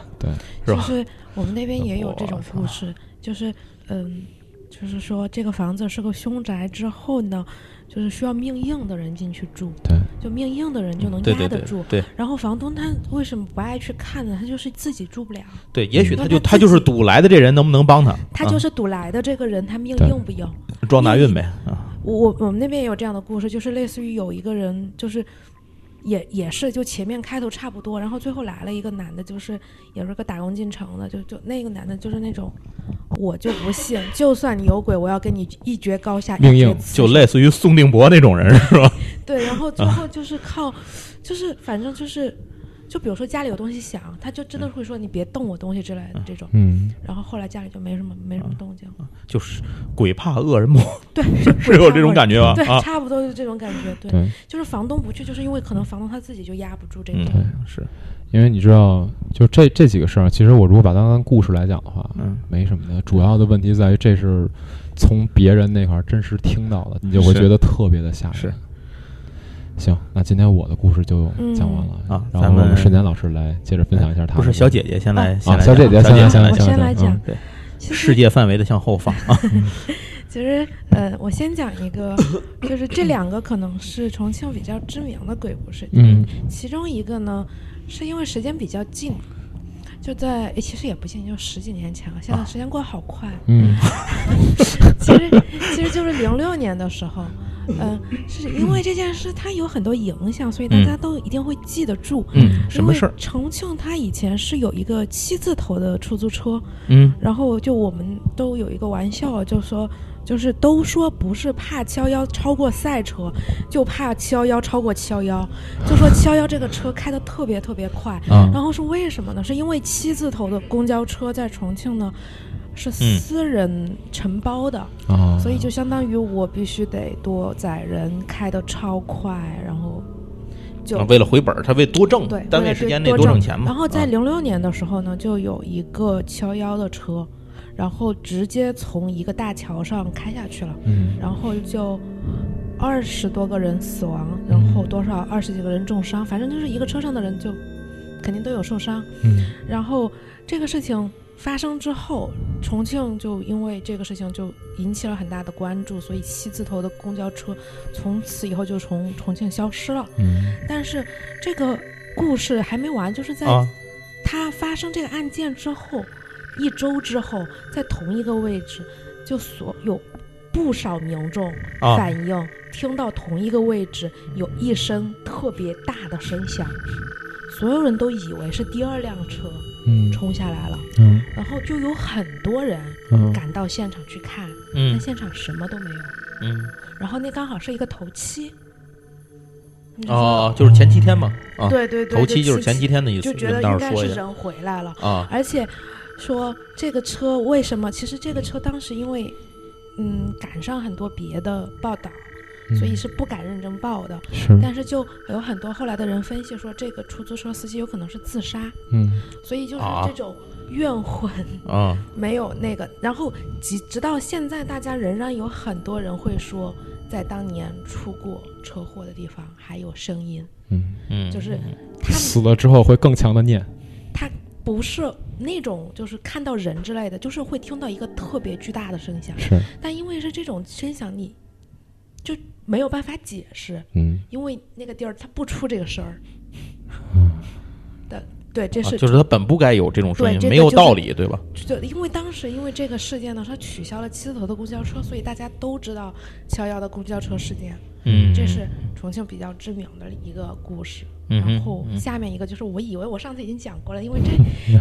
S2: 是
S3: 就
S2: 吧
S3: 是我们那边也有这种
S2: 我操
S3: 故事，就是嗯，就是说这个房子是个凶宅之后呢，就是需要命硬的人进去住，
S1: 对，
S3: 就命硬的人就
S2: 嗯
S3: 能
S2: 对对
S3: 压
S2: 对
S3: 得住。
S2: 对
S3: 然后房东他为什么不爱去看呢？他就是自己住不了，
S2: 对，也许他
S3: 那
S2: 就
S3: 嗯他
S2: 他
S3: 自
S2: 就是
S3: 己
S2: 赌来的这人能不能帮他，
S3: 他就是赌来的这个人，他命
S1: 对
S3: 硬不硬？
S2: 啊撞大运呗，啊，
S3: 我我我们那边也有这样的故事，就是类似于有一个人就是。也也是，就前面开头差不多，然后最后来了一个男的，就是也是个打工进城的，就就那个男的就是那种，我就不信，就算你有鬼，我要跟你一决高下，
S1: 命
S3: 一决
S1: 硬
S3: 雌
S2: 就
S3: 雄
S2: 类似于宋定伯那种人是吧？
S3: 对，然后最后就是靠，就是反正就是，就比如说家里有东西响，他就真的会说你别动我东西之类的这种，
S1: 嗯，
S3: 然后后来家里就没什么没什么动静了，
S2: 就是鬼怕恶人磨，
S3: 对，
S2: 是有这种感觉吧？
S3: 对，
S2: 啊，
S3: 差不多就是这种感觉，对，
S1: 对，
S3: 就是房东不去，就是因为可能房东他自己就压不住这
S2: 嗯
S3: 个，
S1: 对，
S2: 是，
S1: 因为你知道，就这这几个事儿，其实我如果把它当故事来讲的话，
S2: 嗯，
S1: 没什么的。主要的问题在于，这是从别人那块儿真实听到的，你就会
S2: 是
S1: 觉得特别的吓人。
S2: 是
S1: 行，那今天我的故事就讲完了、
S2: 嗯啊
S1: 然后
S2: 咱
S1: 我
S2: 们
S1: 们沈岩老师来接着分享一下他的哦啊
S2: 不是小姐姐先来，先来
S1: 小姐
S2: 讲
S1: 姐
S2: 啊小姐
S1: 先
S2: 先
S1: 来
S2: 来
S1: 讲
S3: 我
S2: 讲，
S3: 先来
S1: 嗯
S3: 讲，
S2: 对
S3: 其实
S2: 世界范围的向后放啊，
S3: 其实，呃，我先讲 一个，就是这两个可能是重庆比较知名的鬼故事。
S1: 嗯，
S3: 其中一个呢，是因为时间比较近，就在诶其实也不近，就十几年前了。现在
S2: 啊嗯
S3: 时间过得好快，
S1: 嗯
S3: 其实其实就是零六年的时候，嗯、是因为这件事它有很多影响，所以大
S2: 嗯
S3: 家都一定会记得住。
S2: 嗯，什么事儿？？
S3: 重庆它以前是有一个七字头的出租车，
S2: 嗯
S3: 然后就我们都有一个玩笑，就说就是都说不是怕七幺幺超过赛车，就怕七幺幺超过七幺幺，就说七幺幺这个车开的特别特别快，
S2: 啊
S3: 然后是为什么呢？是因为七字头的公交车在重庆呢是私人承包的，
S1: 啊，
S3: 所以就相当于我必须得多载人，开的超快，然后就、
S2: 啊为了回本儿，他为多挣
S3: 对，
S2: 单
S3: 为
S2: 位
S3: 了
S2: 时间内
S3: 多
S2: 多挣钱嘛。
S3: 然后在
S2: 啊
S3: 零六年的时候呢，就有一个七幺幺的车，然后直接从一个大桥上开下去了，
S1: 嗯
S3: 然后就二十多个人死亡，然后多少二十几个人重伤，反正就是一个车上的人就肯定都有受伤。
S1: 嗯
S3: 然后这个事情发生之后，重庆就因为这个事情就引起了很大的关注，所以七字头的公交车从此以后就从重庆消失了。
S1: 嗯
S3: 但是这个故事还没完，就是在
S2: 啊，
S3: 他发生这个案件之后，一周之后，在同一个位置，就所有不少民众
S2: 啊
S3: 反映，听到同一个位置有一声特别大的声响，所有人都以为是第二辆车
S1: 嗯
S3: 冲下来了，
S1: 嗯
S3: 然后就有很多人
S1: 嗯
S3: 赶到现场去看，但
S2: 嗯
S3: 现场什么都没有。
S2: 嗯，
S3: 然后那刚好是一个头七，你知道吗，
S2: 哦，就是前七天嘛，啊，
S3: 对对对，
S2: 头七就是
S3: 去
S2: 前七天的意思，
S3: 就
S2: 你
S3: 觉
S2: 们
S3: 得
S2: 到
S3: 应
S2: 时候
S3: 该
S2: 说
S3: 是
S2: 一下
S3: 人回来了，
S2: 啊，
S3: 而且说这个车为什么？其实这个车当时因为嗯赶上很多别的报道，所以是不敢认真报的。
S1: 嗯是
S3: 但是就有很多后来的人分析说，这个出租车司机有可能是自杀，
S1: 嗯
S3: 所以就是
S2: 啊
S3: 这种怨魂
S2: 啊，
S3: 没有那个。然后直直到现在，大家仍然有很多人会说，在当年出过车祸的地方还有声音，
S1: 嗯
S2: 嗯，
S3: 就是他们
S1: 死了之后会更强的念
S3: 不是那种就是看到人之类的，就是会听到一个特别巨大的声响，
S1: 是
S3: 但因为是这种声响，你就没有办法解释，
S1: 嗯
S3: 因为那个地儿它不出这个声儿。的对，这
S2: 嗯啊
S3: 是、
S2: 就是他本不该有这种声音
S3: 对，这个
S2: 没有
S3: 就是
S2: 道理，对吧？
S3: 就因为当时因为这个事件呢，它取消了七字头的公交车，所以大家都知道七幺幺的公交车事件，
S2: 嗯，
S3: 这是重庆比较知名的一个故事。
S2: 嗯哼
S3: 然后
S2: 嗯
S3: 下面一个就是，我以为我上次已经讲过了，因为这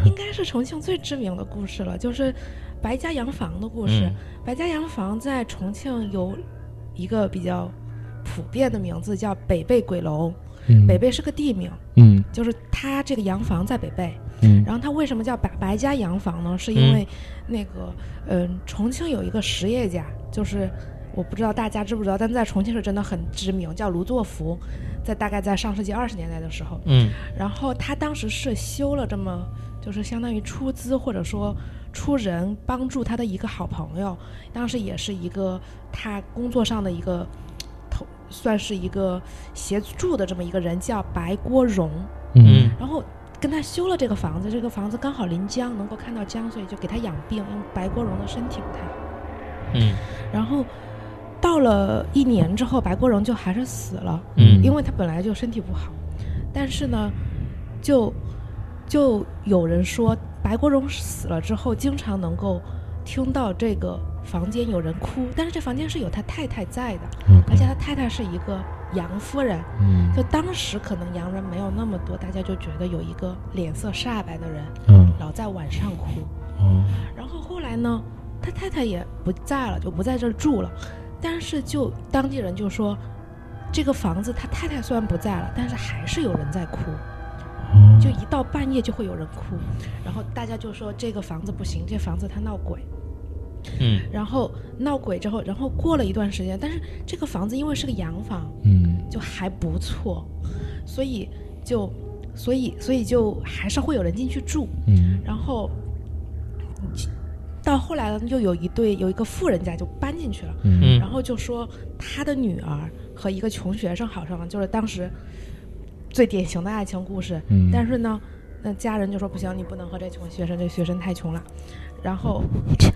S3: 应该是重庆最知名的故事了，就是白家洋房的故事。
S2: 嗯
S3: 白家洋房在重庆有一个比较普遍的名字叫北碚鬼楼，
S1: 嗯
S3: 北碚是个地名，
S1: 嗯
S3: 就是它这个洋房在北碚。
S1: 嗯
S3: 然后它为什么叫白白家洋房呢？是
S2: 嗯
S3: 因为那个，嗯、重庆有一个实业家，就是我不知道大家知不知道，但在重庆是真的很知名，叫卢作孚，在大概在上世纪二十年代的时候，
S2: 嗯
S3: 然后他当时是修了这么，就是相当于出资或者说出人帮助他的一个好朋友，当时也是一个他工作上的一个头，算是一个协助的这么一个人，叫白国荣。
S1: 嗯
S3: 然后跟他修了这个房子，这个房子刚好临江，能够看到江，所以就给他养病，用白国荣的身体给他。
S2: 嗯
S3: 然后到了一年之后，白国荣就还是死了，
S2: 嗯
S3: 因为他本来就身体不好。但是呢，就就有人说白国荣死了之后，经常能够听到这个房间有人哭，但是这房间是有他太太在的，而且他太太是一个洋夫人，
S1: 嗯
S3: 就当时可能洋人没有那么多，大家就觉得有一个脸色煞白的人
S1: 嗯
S3: 老在晚上哭。
S1: 哦
S3: 然后后来呢，他太太也不在了，就不在这儿住了。但是就当地人就说，这个房子他太太虽然不在了，但是还是有人在哭，
S1: 哦
S3: 就一到半夜就会有人哭。然后大家就说这个房子不行，这房子他闹鬼。
S2: 嗯
S3: 然后闹鬼之后，然后过了一段时间，但是这个房子因为是个洋房，
S1: 嗯
S3: 就还不错，所以就所以所以就还是会有人进去住，
S1: 嗯
S3: 然后到后来呢，又有一对有一个富人家就搬进去了，
S1: 嗯
S2: 嗯
S3: 然后就说他的女儿和一个穷学生好上了，就是当时最典型的爱情故事，
S1: 嗯
S3: 但是呢，那家人就说不行，你不能和这穷学生，这学生太穷了。然后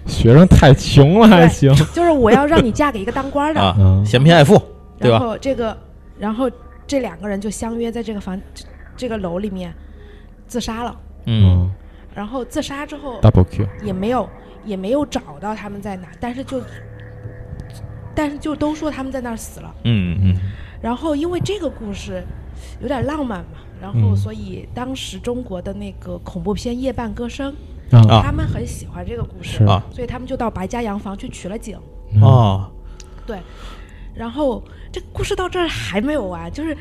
S1: 学生太穷了还行
S3: 就是我要让你嫁给一个当官的，
S2: 啊，
S1: 嗯
S2: 嫌贫爱富，对
S3: 然
S2: 吧？
S3: 后这个，然后这两个人就相约在这个房这这个楼里面自杀了。
S2: 嗯
S3: 然后自杀之后
S1: 哦 double kill，
S3: 也没有也没有找到他们在哪，但是就但是就都说他们在那儿死了。
S2: 嗯嗯
S3: 然后因为这个故事有点浪漫嘛，然
S1: 嗯
S3: 后所以当时中国的那个恐怖片《夜半歌声》，
S1: 啊
S2: 啊
S3: 他们很喜欢这个故
S1: 是
S3: 事，
S2: 啊
S3: 所以他们就到白家洋房去取了景。
S1: 嗯
S2: 哦，
S3: 然后这个故事到这儿还没有完，就是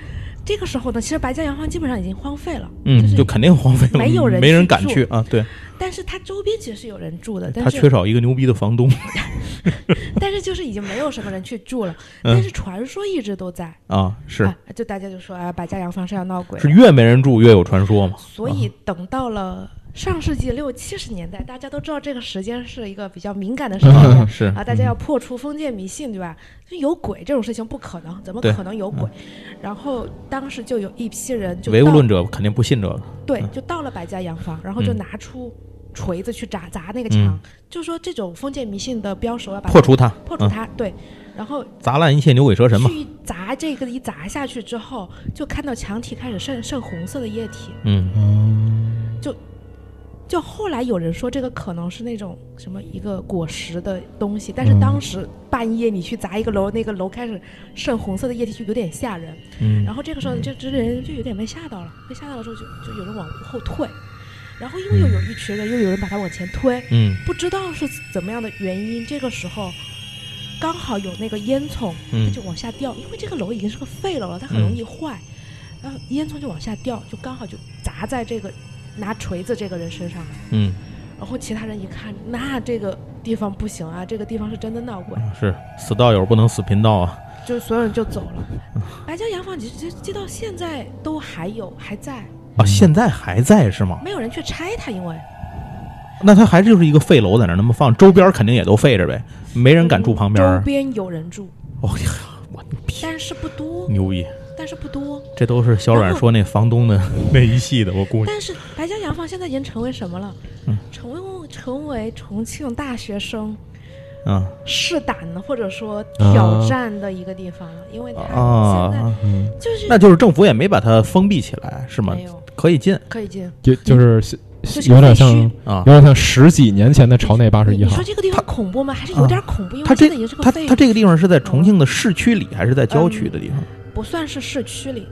S3: 这个时候呢，其实白家洋房基本上已经荒废了，就
S2: 嗯，
S3: 是
S2: 就肯定荒废了，
S3: 没有人
S2: 没人
S3: 去
S2: 敢
S3: 住
S2: 去啊。对，
S3: 但是它周边其实是有人住的，但
S2: 他
S3: 是
S2: 缺少一个牛逼的房东
S3: 但是就是已经没有什么人去住了，
S2: 嗯
S3: 但是传说一直都在，
S2: 啊，是
S3: 啊，就大家就说啊，白家洋房是要闹鬼
S2: 是
S3: 了，
S2: 越没人住越有传说嘛。啊
S3: 所以等到了上世纪六七十年代，大家都知道这个时间是一个比较敏 感的时间。
S2: 啊是，
S3: 啊，大家要破除封建迷信，对吧？就有鬼这种事情不可能，怎么
S2: 对嗯
S3: 可能有鬼？然后当时就有一批人就
S2: 唯物
S3: 到
S2: 论者肯定不信这个。
S3: 对，
S2: 嗯
S3: 就到了百家洋房，然后就
S2: 嗯
S3: 拿出锤子去砸砸那个墙，就说这种封建迷信的标识我要把它
S2: 破除它，
S3: 破除
S2: 嗯
S3: 它，对，然后
S2: 砸烂一切牛鬼蛇神嘛。
S3: 去砸这个一砸下去之后，就看到墙体开始渗渗红色的液体，
S2: 嗯
S1: 嗯
S3: 就后来有人说这个可能是那种什么一个果实的东西，但是当时半夜你去砸一个楼，那个楼开始渗红色的液体就有点吓人，
S2: 嗯
S3: 然后这个时候就这人就有点被吓到了，被吓到了之后就就有人往后退，然后因为又有一群人，又有人把他往前推，
S2: 嗯
S3: 不知道是怎么样的原因，这个时候刚好有那个烟囱，它
S2: 嗯
S3: 就往下掉，因为这个楼已经是个废楼了，它很容易坏，然后烟囱就往下掉，就刚好就砸在这个拿锤子这个人身上了。
S2: 嗯，
S3: 然后其他人一看，那这个地方不行啊，这个地方是真的闹鬼，
S2: 是死道友不能死贫道啊。
S3: 就所有人就走了。
S2: 嗯
S3: 白家洋房其实街到现在都还有，还在，
S2: 啊，现在还在是吗？
S3: 没有人去拆它，因为
S2: 那它还就是一个废楼在那儿那么放，周边肯定也都废着呗，没人敢住旁边
S3: 周
S2: 儿。
S3: 边有人住，
S2: 哦呀，我牛逼，
S3: 但是不多，
S2: 牛逼！
S3: 但是不多。
S2: 这都是小阮说那房东的那一系的，我估计。
S3: 但是白家洋房现在已经成为什么了？
S2: 嗯
S3: 成为成为重庆大学生
S2: 嗯
S3: 试胆的或者说挑战的一个地方了，因为它现在
S2: 啊，
S1: 嗯，
S3: 就是
S2: 那就是政府也没把它封闭起来是吗
S3: 没？有
S2: 可以进
S3: 可以进，
S1: 就就是
S3: 就是
S1: 有点
S3: 废
S1: 像
S3: 墟
S1: 有
S2: 啊。
S1: 点像十几年前的朝内八十
S3: 你
S1: 一
S3: 你
S1: 号
S3: 说，这个地方恐怖吗？还是
S2: 啊
S3: 有点恐怖，因为
S2: 它
S3: 现
S2: 这
S3: 在已经是个
S2: 它
S3: 废嗯
S2: 它这个地方是在重庆的市区里还是在郊区的地方？
S3: 不算是市区里，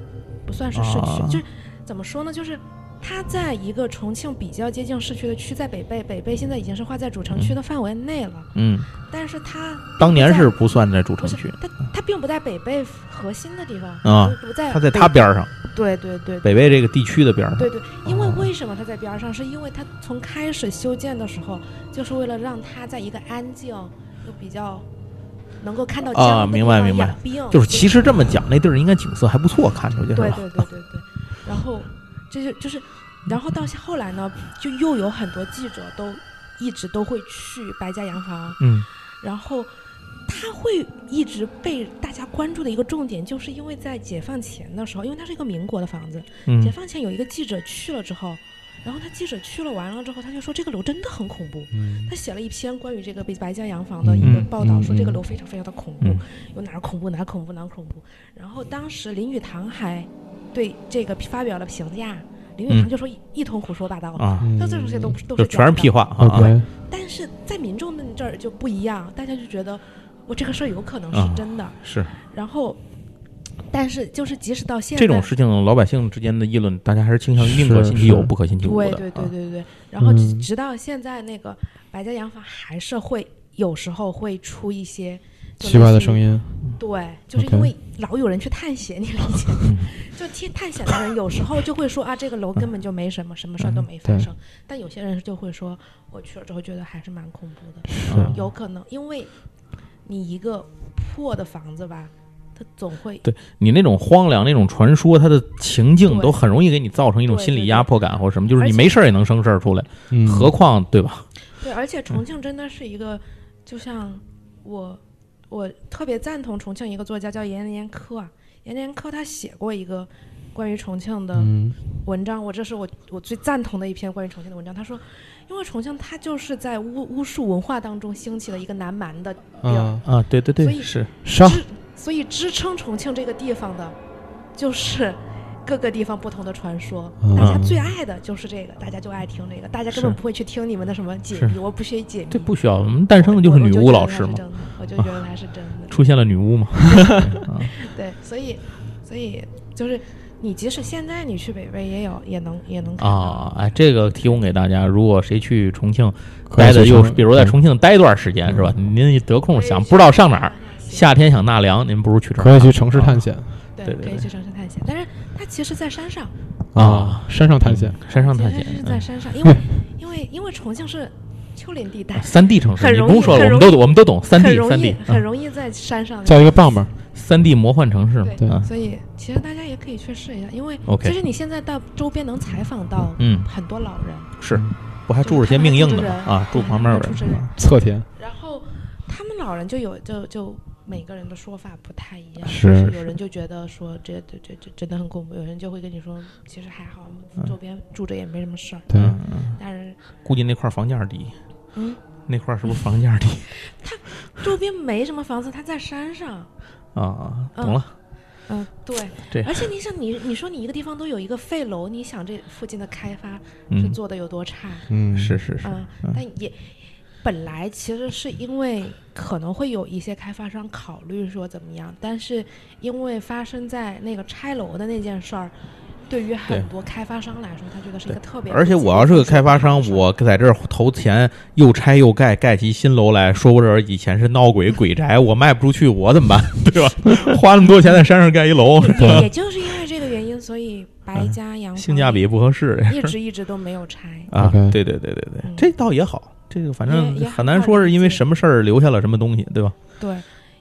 S3: 不算是市区，
S2: 啊
S3: 就是怎么说呢？就是它在一个重庆比较接近市区的区，在北碚，北碚现在已经是划在主城区的范围内了，
S2: 嗯，
S3: 但是它
S2: 当年是不算在主城
S3: 不是
S2: 区，
S3: 它它并不在北碚核心的地方
S2: 啊，
S3: 不不在
S2: 它在
S3: 北
S2: 它边儿上，
S3: 对对对
S2: 北碚这个地区的边儿上。
S3: 对对，因
S2: 哦
S3: 为为什么它在边儿上？是因为它从开始修建的时候，就是为了让它在一个安静又比较能够看到
S2: 啊
S3: 江的
S2: 明
S3: 地
S2: 白
S3: 方
S2: 明白
S3: 养病
S2: 就是其实这么讲，那地儿应该景色还不错，看出去是
S3: 对
S2: 吧？
S3: 对对对对，然后这就就是，然后到后来呢，就又有很多记者都一直都会去白家洋房，
S2: 嗯
S3: 然后他会一直被大家关注的一个重点，就是因为在解放前的时候，因为它是一个民国的房子，解
S2: 嗯
S3: 放前有一个记者去了之后，然后他记者去了完了之后，他就说这个楼真的很恐怖。
S1: 嗯
S3: 他写了一篇关于这个白白家洋房的一个
S2: 嗯
S3: 报道，
S1: 嗯
S3: 说这个
S1: 嗯
S3: 楼非常非常的恐怖
S2: 嗯，
S3: 有哪儿恐怖哪儿恐怖哪儿恐怖。然后当时林语堂还对这个发表了评价，林语堂
S2: 嗯
S3: 就说一一通胡说八道，
S2: 啊，
S3: 他这种事情都不都
S2: 就是全是
S3: 假的
S2: 屁。话啊啊！
S1: 嗯 OK，
S3: 但是在民众的这儿就不一样，大家就觉得我这个事儿有可能
S2: 啊
S3: 是真的。
S2: 是
S3: 然后，但是就是即使到现在，
S2: 这种事情，老百姓之间的议论，大家还是倾向于宁
S1: 是
S2: 可信其有，
S1: 是
S2: 不可信其无的。
S3: 对对对
S2: 啊
S3: 对对。然后直
S1: 嗯
S3: 直到现在，那个白家洋房还是会有时候会出一些就
S1: 奇
S3: 类
S1: 怪
S3: 似
S1: 的
S3: 于
S1: 声音，
S3: 对，就是因
S1: OK
S3: 为老有人去探险，你理解？ 就去探险的人有时候就会说啊，这个楼根本就没什么，什么事儿都没发
S1: 嗯对
S3: 生。但有些人就会说，我去了之后觉得还是蛮恐怖的，
S1: 是啊
S2: 嗯
S3: 有可能因为你一个破的房子吧，它总会
S2: 你那种荒凉、那种传说，它的情境
S3: 对
S2: 都很容易给你造成一种
S3: 对
S2: 心
S3: 对
S2: 理
S3: 对
S2: 压迫感或者什么，就是
S3: 而
S2: 你
S3: 且
S2: 没事儿也能生事儿出来，
S1: 嗯
S2: 何况对吧？
S3: 对，而且重庆真的是一个，就像我，我特别赞同重庆一个作家叫阎连科啊，阎连科他写过一个关于重庆的
S1: 嗯
S3: 文章，我这是我我最赞同的一篇关于重庆的文章。他说，因为重庆它就是在巫巫术文化当中兴起了一个南蛮的，
S1: 啊
S2: 啊，对对
S3: 所
S2: 对，
S3: 以
S2: 是
S1: 上
S3: 所以支撑重庆这个地方的，就是各个地方不同的传说，
S1: 嗯
S3: 大家最爱的就是这个，大家就爱听这个，大家根本
S2: 是
S3: 不会去听你们的什么解
S2: 是
S3: 密，我不学解密。
S2: 这不需要，我们诞生的就是
S3: 我
S2: 女巫老师嘛，
S3: 我就觉得它是真的，我就觉得它是真的。
S2: 出现了女巫嘛，啊
S3: 对，所以所以就是你即使现在你去北魏也有也能也能看到。
S2: 啊，哎，这个提供给大家，如果谁去重庆
S1: 可以
S2: 待的
S1: 去
S2: 又
S1: 重嗯
S2: 是，比如在
S1: 对
S2: 重庆待一段时间是吧？您得空想不知道上哪儿，夏天想纳凉，您不如去这儿啊
S1: 可以去城市探险
S2: 对
S3: 对，
S2: 对
S3: 可以
S2: 对
S3: 去城市探险，但是它其实，在山上，
S2: 啊，
S1: 山上探险。
S2: 山上
S3: 其
S2: 探
S3: 实
S2: 险，
S3: 是在
S2: 嗯
S3: 山上，因为因为因为重庆是丘陵地带，
S2: 三 D 城市，
S3: 很
S2: 你
S3: 容
S2: 不用
S3: 易
S2: 说了，
S3: 很
S2: 我们
S3: 容
S2: 都我们都懂， 三
S3: 很
S2: D
S3: 容
S2: 三嗯
S3: 易
S2: D 啊
S3: 很容易在山上
S1: 叫一个棒棒，
S2: 三 D 魔幻城市
S3: 对
S1: 对
S2: 啊，
S3: 所以其实大家也可以去试一下，因为
S2: OK
S3: 其实你现在到周边能采访到
S2: 嗯，
S3: 很多老人，
S2: 是，不还
S3: 就
S2: 住着
S3: 是
S2: 些
S3: 他们
S2: 命
S3: 住
S2: 硬
S3: 着
S2: 的嘛
S3: 人
S2: 啊，住
S3: 对
S2: 旁边
S3: 他
S2: 有
S3: 们
S2: 人
S3: 住着人
S2: 啊
S1: 侧田
S3: 然后他们老人就有就就每个人的说法不太一样，
S1: 是
S3: 就是有人就觉得说这这这这真的很恐怖，有人就会跟你说其实还好，周边住着也没什么事儿，
S1: 对，
S2: 嗯嗯
S3: 但是
S2: 估计那块儿房价低，
S3: 嗯，
S2: 那块儿是不是房价低
S3: 周边没什么房子，他在山上，
S2: 啊？
S3: 嗯
S2: 懂了，
S3: 嗯，对，
S2: 对
S3: 而且你想你你说你一个地方都有一个废楼，你想这附近的开发是
S2: 嗯，
S3: 做的有多差？
S1: 嗯，
S2: 是是是，
S3: 嗯，但也本来其实是因为可能会有一些开发商考虑说怎么样，但是因为发生在那个拆楼的那件事儿，对于很
S2: 对
S3: 多开发商来说，他觉得是一个特别不
S2: 而且
S3: 吉利
S2: 我要是个
S3: 的
S2: 开发商
S3: 事，儿
S2: 我在这儿投钱又拆又盖，盖起新楼来，说我这儿以前是闹鬼鬼宅，我卖不出去，我怎么办？ 对吧？花那么多钱在山上盖一楼，
S3: 也也就是因为这个原因，所以白
S2: 嗯
S3: 家洋
S2: 性
S3: 房
S2: 价比不合适
S3: 一直一直都没有拆。
S2: 啊！
S1: OK
S2: 对对对对对
S3: 嗯，
S2: 这倒也好，这个反正
S3: 也也
S2: 很难说是因为什么事儿留下了什么东西，对吧？
S3: 对，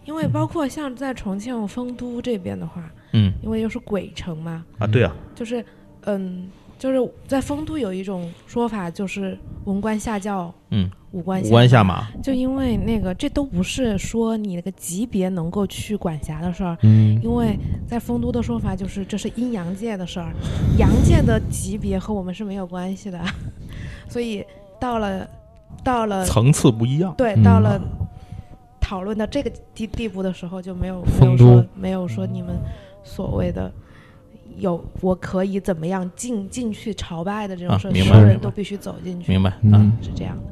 S3: 因为包括像在重庆丰都这边的话，
S2: 嗯
S3: 因为又是鬼城嘛，
S2: 啊，对啊，
S3: 就是嗯，就是在丰都有一种说法，就是文官下轿，
S2: 嗯，
S3: 武官
S2: 五官下马，
S3: 就因为那个，这都不是说你那个级别能够去管辖的事儿，
S1: 嗯，
S3: 因为在丰都的说法就是这是阴阳界的事儿，阳界的级别和我们是没有关系的， 所以到了到了
S2: 层次不一样。
S3: 对
S1: 嗯
S3: 到了讨论到这个地地步的时候，就没有没
S1: 丰
S3: 有
S1: 都
S3: 说没有说你们所谓的。有我可以怎么样进进去朝拜的这种
S2: 啊
S3: 事儿，
S2: 明
S3: 所
S1: 白
S3: 有
S1: 明
S3: 人
S2: 白
S3: 都必须走进去。
S2: 明白嗯
S1: 嗯
S2: 啊，
S3: 是这样的。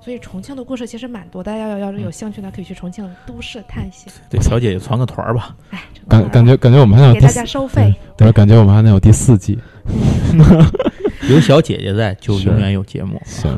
S3: 所以重庆的故事其实蛮多，大家要要是有兴趣呢，可以去重庆都市探险。
S2: 对，小姐姐传个团儿吧，
S3: 哎，真的
S1: 感感觉感觉我们还能有
S3: 给
S1: 第
S3: 大
S1: 四
S2: 嗯
S3: 家，收费，
S1: 对，感觉我们还能有第四季。
S2: 有小姐姐在，就是永远有节目。
S1: 行，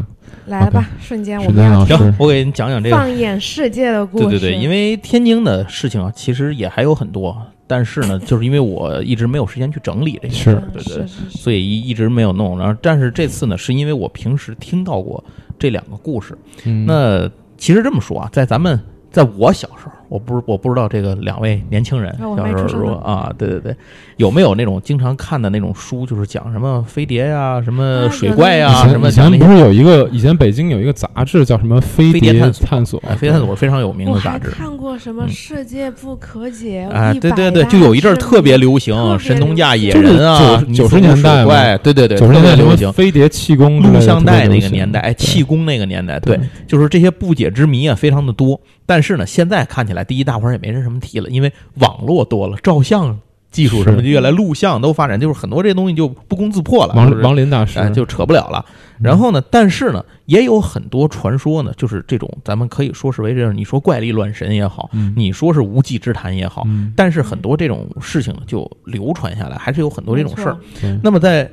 S3: 来吧！瞬间我
S1: 时
S3: 们
S1: 间
S3: 要
S1: 老
S3: 去
S2: 行
S1: 师，，
S2: 我给你讲讲这个
S3: 放眼世界的故
S2: 对啊对
S3: 事。
S2: 对，因
S3: 为
S2: 为天津的事情啊，其实也还有很多，但是呢，就是因为我一直没有时间去整理这些，
S1: 是
S2: 对对
S3: 是
S2: 对
S3: 嗯是是
S2: 所以一一直没有弄。然后，但是这次呢，是因为我平时听到过这两个故事。
S1: 嗯
S2: 那其实这么说啊，在咱们在我小时候，我不是我不知道这个两位年轻人
S3: 哦那我
S2: 小
S3: 没
S2: 时候
S3: 出生
S2: 说
S3: 呢
S2: 啊，对对对，有没有那种经常看的那种书，就是讲什么飞碟呀、什么
S3: 啊
S2: 水
S3: 有的
S2: 怪呀、
S1: 以前
S2: 什么
S1: 以
S2: 讲那
S1: 前
S2: 些
S1: 不是有一个以前北京有一个杂志叫什么《飞
S2: 飞碟
S1: 碟
S2: 探索
S1: 探索
S2: 哎，》？飞碟探索非常有名
S3: 我
S2: 的
S3: 还
S2: 杂志。
S3: 看过什么
S2: 嗯
S3: 世界不可解？
S2: 哎，
S3: 100
S2: 对对对，
S3: 大
S2: 就有一阵儿特别流行
S3: 特别
S2: 神农架野
S1: 流行
S2: 人
S1: 就
S2: 啊
S1: 是，
S2: 你
S1: 90
S2: 走
S1: 年代
S2: 水
S1: 嘛
S2: 怪，对对对，
S1: 九十
S2: 特
S1: 年
S2: 别
S1: 代
S2: 流
S1: 什么
S2: 行。
S1: 飞碟、气功之类
S2: 录
S1: 的
S2: 像
S1: 嗯特别
S2: 带
S1: 流
S2: 那个
S1: 行
S2: 年代，哎，
S1: 对嗯
S2: 气功那个年代，对，就是这些不解之谜啊，非常的多。但是呢，现在看起来，第一，大伙儿也没人什么提了，因为网络多了，照相技术什么
S1: 是
S2: 就越来录像都发展，就是很多这些东西就不攻自破了，就
S1: 王
S2: 是
S1: 王林大师
S2: 哎，就扯不了了。然后呢，但是呢，也有很多传说呢，就是这种咱们可以说是为这种，你说怪力乱神也好，
S1: 嗯
S2: 你说是无稽之谈也好，
S1: 嗯
S2: 但是很多这种事情呢就流传下来，还是有很多这种事儿
S3: 没。错
S1: 对
S2: 那么在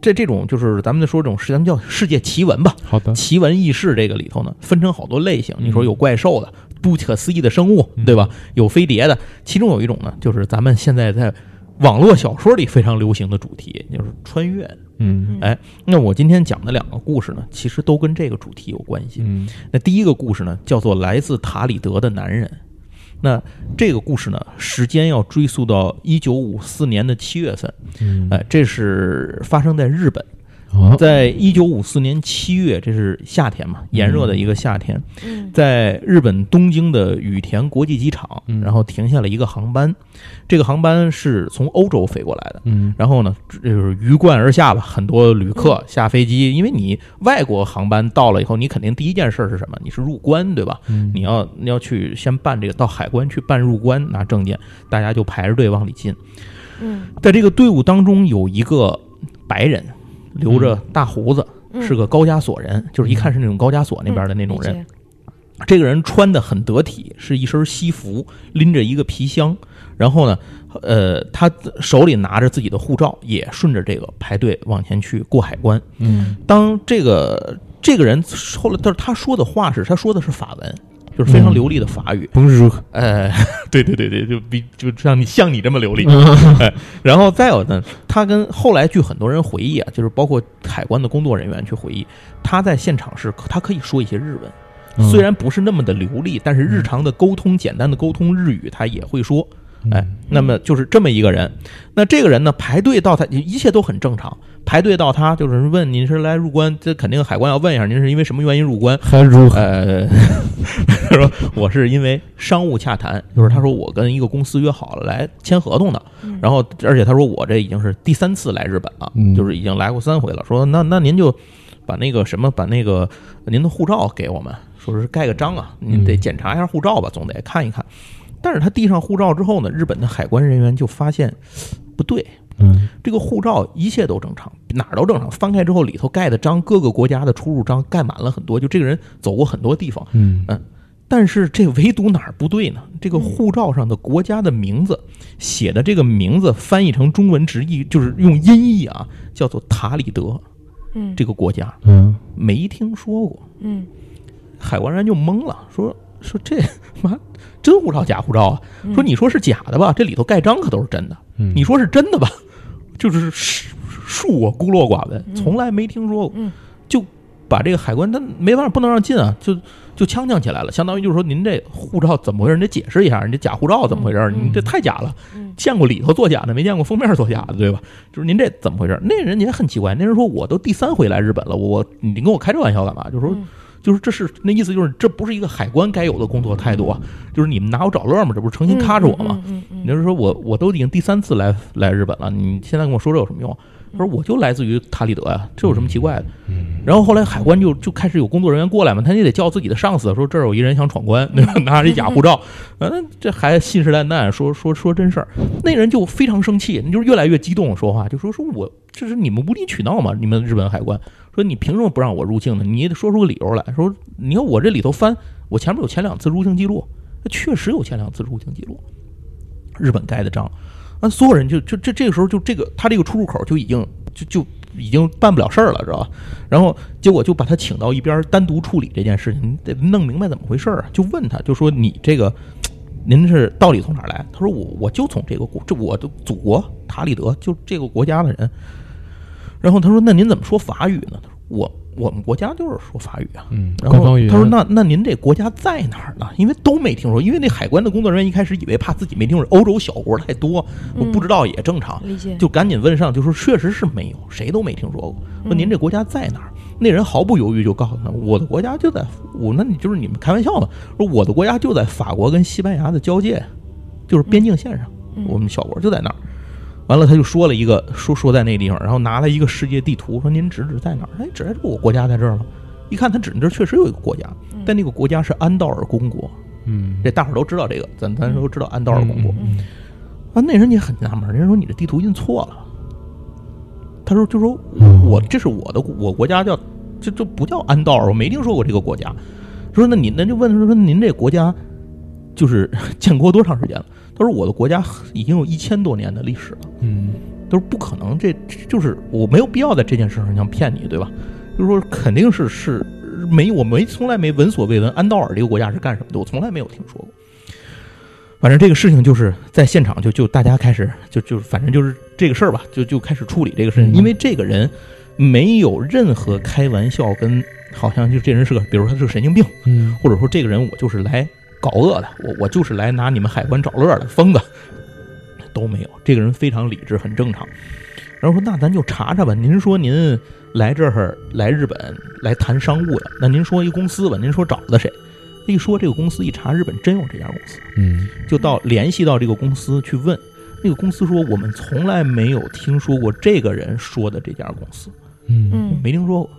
S2: 这这种就是咱们就说这种事，咱们叫世界奇闻吧，
S1: 好的，
S2: 奇闻异事这个里头呢，分成好多类型。
S1: 嗯
S2: 你说有怪兽的、不可思议的生物，对吧？有飞碟的，其中有一种呢，就是咱们现在在网络小说里非常流行的主题，就是穿越。
S1: 嗯
S2: 哎那我今天讲的两个故事呢，其实都跟这个主题有关系。
S1: 嗯
S2: 那第一个故事呢，叫做《来自塔里德的男人》。那这个故事呢，时间要追溯到一九五四年的七月份，
S1: 嗯，
S2: 哎，这是发生在日本，
S1: 好，
S2: 在一九五四年七月，这是夏天
S1: 嗯
S2: 嘛，炎热的一个夏天，
S3: 嗯，
S2: 在日本东京的羽田国际机场
S1: 嗯，
S2: 然后停下了一个航班，这个航班是从欧洲飞过来的，
S1: 嗯
S2: 然后呢，就是鱼贯而下吧，很多旅客下飞机，因为你外国航班到了以后，你肯定第一件事是什么？你是入关，对吧？
S1: 嗯
S2: 你要你要去先办这个，到海关去办入关拿证件，大家就排着队往里进。
S3: 嗯
S2: 在这个队伍当中有一个白人，留着大胡子，
S3: 嗯，
S2: 是个高加索人，就是一看是那种高加索那边的那种人。
S3: 嗯，理解
S2: 这个人穿的很得体，是一身西服，拎着一个皮箱，然后呢，呃，他手里拿着自己的护照，也顺着这个排队往前去过海关。
S1: 嗯
S2: 当这个这个人后来，但是他说的话是，他说的是法文，就是非
S3: 嗯
S2: 常流利的法语。
S1: ，Bonjour，
S2: 呃，对对对对，就比就像你像你这么流利。 哎，然后再有呢，他跟后来据很多人回忆啊，就是包括海关的工作人员去回忆，他在现场是他可以说一些日文。
S1: 嗯
S2: 虽然不是那么的流利，但是日常的沟通、简单的沟通日语他也会说。
S1: 嗯
S2: 哎，那么就是这么一个人。那这个人呢，排队到他，一切都很正常。排队到他，就是问您是来入关，这肯定海关要问一下您是因为什么原因入关。
S1: 还如何？
S2: 呃， 他说我是因为商务洽谈，就是他说我跟一个公司约好了来签合同的，
S3: 嗯
S2: 然后而且他说我这已经是第三次来日本了，
S1: 嗯
S2: 就是已经来过三回了。说那那您就把那个什么，把那个您的护照给我们，说是盖个章啊，您得
S1: 嗯
S2: 检查一下护照吧，总得看一看。但是他递上护照之后呢，日本的海关人员就发现不对，
S1: 嗯
S2: 这个护照一切都正常，哪儿都正常。翻开之后，里头盖的章，各个国家的出入章盖满了很多，就这个人走过很多地方。
S1: 嗯
S2: 但是这唯独哪儿不对呢？这个护照上的国家的名字写的这个名字翻译成中文直译，就是用音译啊，叫做塔里德
S3: 嗯
S2: 这个国家，
S1: 嗯
S2: 没听说过。
S3: 嗯
S2: 海关人就懵了，说说这妈真护照假护照啊？
S3: 嗯
S2: 说你说是假的吧？这里头盖章可都是真的。
S1: 嗯，
S2: 你说是真的吧？ 就是恕恕我孤陋寡闻，
S3: 嗯
S2: 从来没听说过
S3: 嗯，
S2: 就把这个海关他没办法，不能让进啊，就就呛呛起来了。相当于就是说，您这护照怎么回事？你得解释一下，你这假护照怎么回事？
S3: 嗯嗯
S2: 你这太假了，
S3: 嗯
S2: 见过里头作假的，没见过封面作假的，对吧？就是您这怎么回事？那人也很奇怪，那人说我都第三回来日本了，我你跟我开这玩笑干嘛？就说
S3: 嗯
S2: 就是这是那意思，就是这不是一个海关该有的工作态度啊！就是你们拿我找乐吗？这不是成心咔着我吗？？
S3: 嗯嗯
S2: 你就是说我我都已经第三次来来日本了，你现在跟我说这有什么用啊？他说我就来自于塔里德呀、这有什么奇怪的？
S1: 嗯
S2: 然后后来海关就就开始有工作人员过来嘛，他也得叫自己的上司，说这儿有一人想闯关， 对吧？拿着一假护照，嗯，这还信誓旦旦说说说真事儿，那人就非常生气，就是越来越激动说话，就说说我这是你们无理取闹嘛，你们日本海关说你凭什么不让我入境呢？你也得说出个理由来，说你看我这里头翻，我前面有前两次入境记录，确实有前两次入境记录，日本盖的章，那所有人就就这这个时候就这个他这个出入口就已经就就已经办不了事儿了，知道吧？然后结果就把他请到一边儿单独处理这件事情，你得弄明白怎么回事儿啊！就问他，就说你这个您是到底从哪儿来？他说我我就从这个国，这我的祖国塔里德，就这个国家的人。然后他说那您怎么说法语呢？他说我我们国家就是说法语啊。
S1: 嗯，
S2: 然
S1: 官
S2: 后
S1: 方语言
S2: 他说：“那那您这国家在哪儿呢？因为都没听说，因为那海关的工作人员一开始以为怕自己没听说，欧洲小国太多，我
S3: 嗯
S2: 不知道也正常，
S3: 理解
S2: 就赶紧问上，就说确实是没有，谁都没听说过。说
S3: 嗯
S2: 您这国家在哪儿？那人毫不犹豫就告诉他，我的国家就在我，那你就是你们开玩笑嘛？说我的国家就在法国跟西班牙的交界，就是边境线上，
S3: 嗯
S2: 我们小国就在那儿。完了，他就说了一个说说在那地方，然后拿了一个世界地图，说您指指在哪儿？哎，指在这我国家在这儿吗？一看他指这儿确实有一个国家，但那个国家是安道尔公国，
S1: 嗯，
S2: 这大伙儿都知道这个，咱咱都知道安道尔公国。
S1: 嗯
S2: 啊，那人也很纳闷儿，人家说你这地图印错了。他说就说
S1: 嗯
S2: 我这是我的我国家叫这这不叫安道尔，我没听说过这个国家。说那您那就问说说您这国家就是 建国多长时间了？他说我的国家已经有一千多年的历史了。
S1: 嗯
S2: 他说不可能，这这就是我没有必要在这件事上想骗你，对吧？就是说肯定是是没我没从来没闻所未闻安道尔这个国家是干什么的，我从来没有听说过。反正这个事情就是在现场就就大家开始就就反正就是这个事儿吧，就就开始处理这个事情，
S1: 嗯
S2: 因为这个人没有任何开玩笑跟好像就这人是个，比如说他是个神经病，
S1: 嗯
S2: 或者说这个人我就是来搞恶的，我我就是来拿你们海关找乐的，疯的都没有。这个人非常理智，很正常。然后说那咱就查查吧。您说您来这儿来日本来谈商务的，那您说一公司吧，您说找的谁？一说这个公司一查，日本真有这家公司，
S1: 嗯
S2: 就到联系到这个公司去问。那个公司说我们从来没有听说过这个人说的这家公司。
S1: 嗯
S3: 嗯
S2: 没听说过，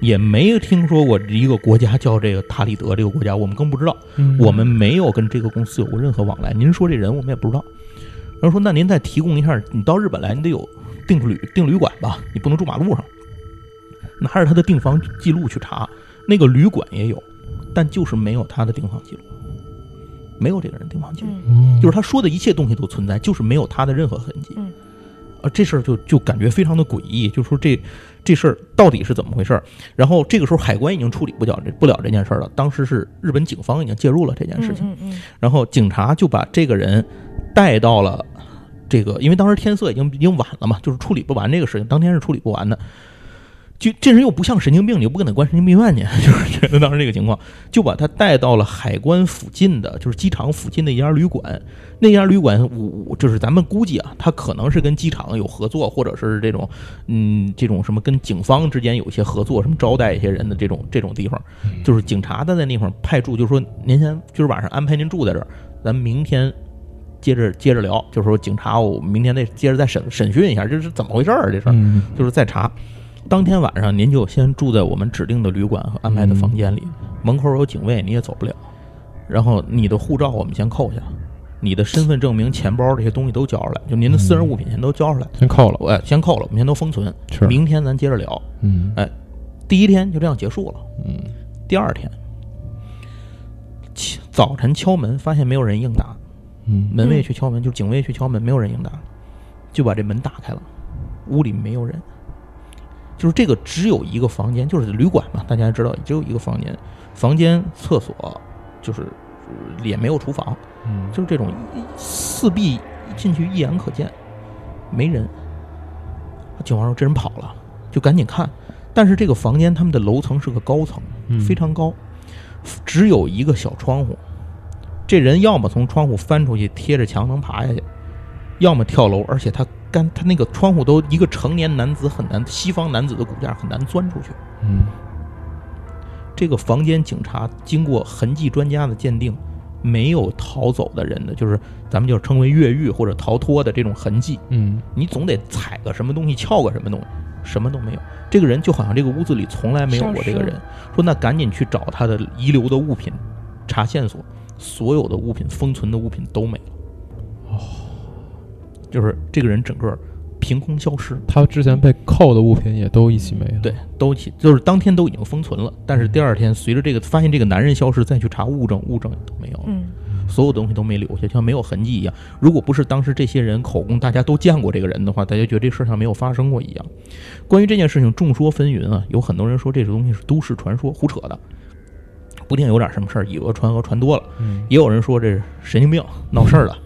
S2: 也没听说过一个国家叫这个塔里德这个国家，我们更不知道，
S1: 嗯
S2: 我们没有跟这个公司有过任何往来。您说这人我们也不知道。然后说那您再提供一下，你到日本来，你得有订旅订旅馆吧，你不能住马路上。拿着他的订房记录去查，那个旅馆也有，但就是没有他的订房记录，没有这个人订房记录。
S3: 嗯
S1: 嗯
S2: 就是他说的一切东西都存在，就是没有他的任何痕迹。
S3: 嗯，
S2: 啊，这事儿就就感觉非常的诡异，就说这这事儿到底是怎么回事儿？然后这个时候海关已经处理不了这不了这件事儿了，当时是日本警方已经介入了这件事情，
S3: 嗯嗯嗯
S2: 然后警察就把这个人带到了这个，因为当时天色已经已经晚了嘛，就是处理不完这个事情，当天是处理不完的。就这人又不像神经病，你又不跟他关神经病院去， 就是觉得当时这个情况，就把他带到了海关附近的，就是机场附近的一家旅馆。那家旅馆，我我就是咱们估计啊，他可能是跟机场有合作，或者是这种，嗯，这种什么跟警方之间有一些合作，什么招待一些人的这种这种地方，就是警察他在那块儿派驻，就说您先今儿晚上安排您住在这儿，咱们明天接着接着聊，就是说警察，我明天再接着再审审讯一下，这是怎么回事儿啊？这事儿。
S1: 嗯
S2: 就是再查。当天晚上您就先住在我们指定的旅馆和安排的房间里，门口有警卫，你也走不了。然后你的护照我们先扣下，你的身份证明、钱包这些东西都交出来，就您的私人物品先都交出来，
S1: 先扣了，
S2: 我、哎先扣了，我们先都封存。
S1: 嗯是，
S2: 明天咱接着聊。
S1: 嗯
S2: 第一天就这样结束了。
S1: 嗯，
S2: 第二天，起早晨敲门发现没有人应答，
S1: 嗯
S2: 门卫去敲门，就是警卫去敲门，没有人应答，就把这门打开了，屋里没有人，就是这个只有一个房间，就是旅馆嘛，大家也知道，只有一个房间，房间、厕所，就是呃也没有厨房，
S1: 嗯
S2: 就是这种一四壁进去一眼可见，没人。警方说这人跑了，就赶紧看，但是这个房间他们的楼层是个高层，
S1: 嗯
S2: 非常高，只有一个小窗户。这人要么从窗户翻出去贴着墙能爬下去，要么跳楼，而且他干他那个窗户都一个成年男子很难，西方男子的骨架很难钻出去。
S1: 嗯
S2: 这个房间警察经过痕迹专家的鉴定，没有逃走的人的，就是咱们就称为越狱或者逃脱的这种痕迹。
S1: 嗯
S2: 你总得踩个什么东西，撬个什么东西，什么都没有。这个人就好像这个屋子里从来没有过这个人
S3: 消。
S2: 说那赶紧去找他的遗留的物品，查线索，所有的物品封存的物品都没了。哦，就是这个人整个凭空消失。
S1: 他之前被扣的物品也都一起没了，
S2: 对，都起就是当天都已经封存了，但是第二天随着这个发现这个男人消失，再去查物证，物证也都没有了，
S3: 嗯
S2: 所有东西都没留下，就像没有痕迹一样。如果不是当时这些人口供，大家都见过这个人的话，大家觉得这事儿像没有发生过一样。关于这件事情，众说纷纭啊，有很多人说这个东西是都市传说，胡扯的，不定有点什么事儿，以讹传讹传多了。
S1: 嗯
S2: 也有人说这是神经病闹事儿的，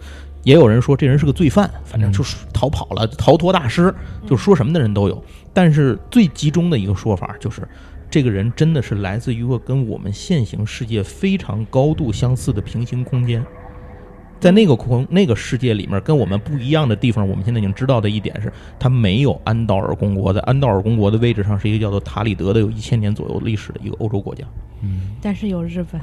S2: 也有人说这人是个罪犯，反正就是逃跑了，逃脱大师，
S3: 嗯
S2: 就说什么的人都有。但是最集中的一个说法就是，这个人真的是来自于一个跟我们现行世界非常高度相似的平行空间。在那个空那个世界里面，跟我们不一样的地方，我们现在已经知道的一点是，他没有安道尔公国。在安道尔公国的位置上，是一个叫做塔里德的，有一千年左右历史的一个欧洲国家。
S1: 嗯
S3: 但是有日本，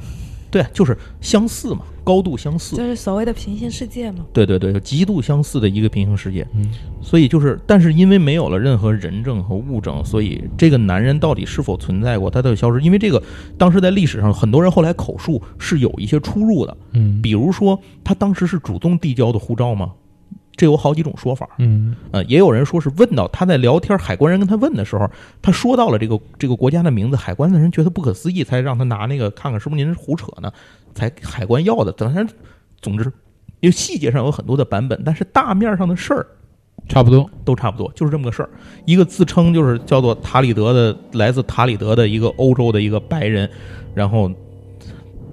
S2: 对，啊就是相似嘛，高度相似
S3: 就。是所谓的平行世界嘛。
S2: 对对对，就极度相似的一个平行世界，
S1: 嗯
S2: 所以就是，但是因为没有了任何人证和物证，所以这个男人到底是否存在过，他到底消失？因为这个当时在历史上，很多人后来口述是有一些出入的，
S1: 嗯
S2: 比如说他当时是主动递交的护照吗？这有好几种说法，
S1: 嗯
S2: 呃，也有人说是问到他在聊天，海关人跟他问的时候，他说到了这个这个国家的名字，海关的人觉得不可思议，才让他拿那个看看是不是您是胡扯呢，才海关要的。当然，总之，因为细节上有很多的版本，但是大面上的事儿
S1: 差不多，
S2: 都差不多，就是这么个事儿。一个自称就是叫做塔里德的，来自塔里德的一个欧洲的一个白人，然后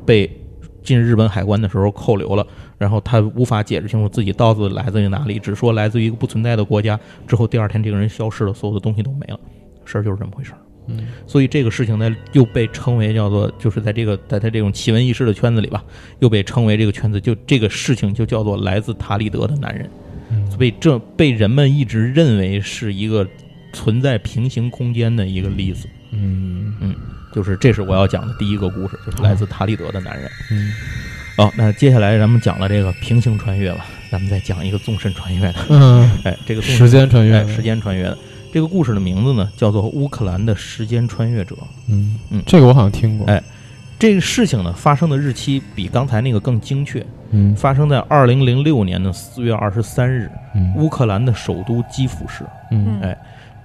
S2: 被进日本海关的时候扣留了，然后他无法解释清楚自己到底来自于哪里，只说来自于一个不存在的国家。之后第二天，这个人消失了，所有的东西都没了，事儿就是这么回事儿。
S1: 嗯
S2: 所以这个事情呢，又被称为叫做，就是在这个在他这种奇闻异事的圈子里吧，又被称为这个圈子就这个事情就叫做来自塔利德的男人，
S1: 嗯
S2: 被这被人们一直认为是一个存在平行空间的一个例子。
S1: 嗯
S2: 就是这是我要讲的第一个故事，就是来自塔利德的男人。
S1: 嗯，
S2: 好、那接下来咱们讲了这个平行穿越吧，咱们再讲一个纵深穿越的。
S1: 嗯，
S2: 哎，这个纵
S1: 时间穿越
S2: 哎，，时，间穿越的这个故事的名字呢，叫做《乌克兰的时间穿越者》。
S1: 嗯，这个我好像听过，
S2: 嗯哎这个事情呢，发生的日期比刚才那个更精确，
S1: 嗯
S2: 发生在二零零六年的四月二十三日，
S1: 嗯
S2: 乌克兰的首都基辅市。
S1: 嗯
S2: 哎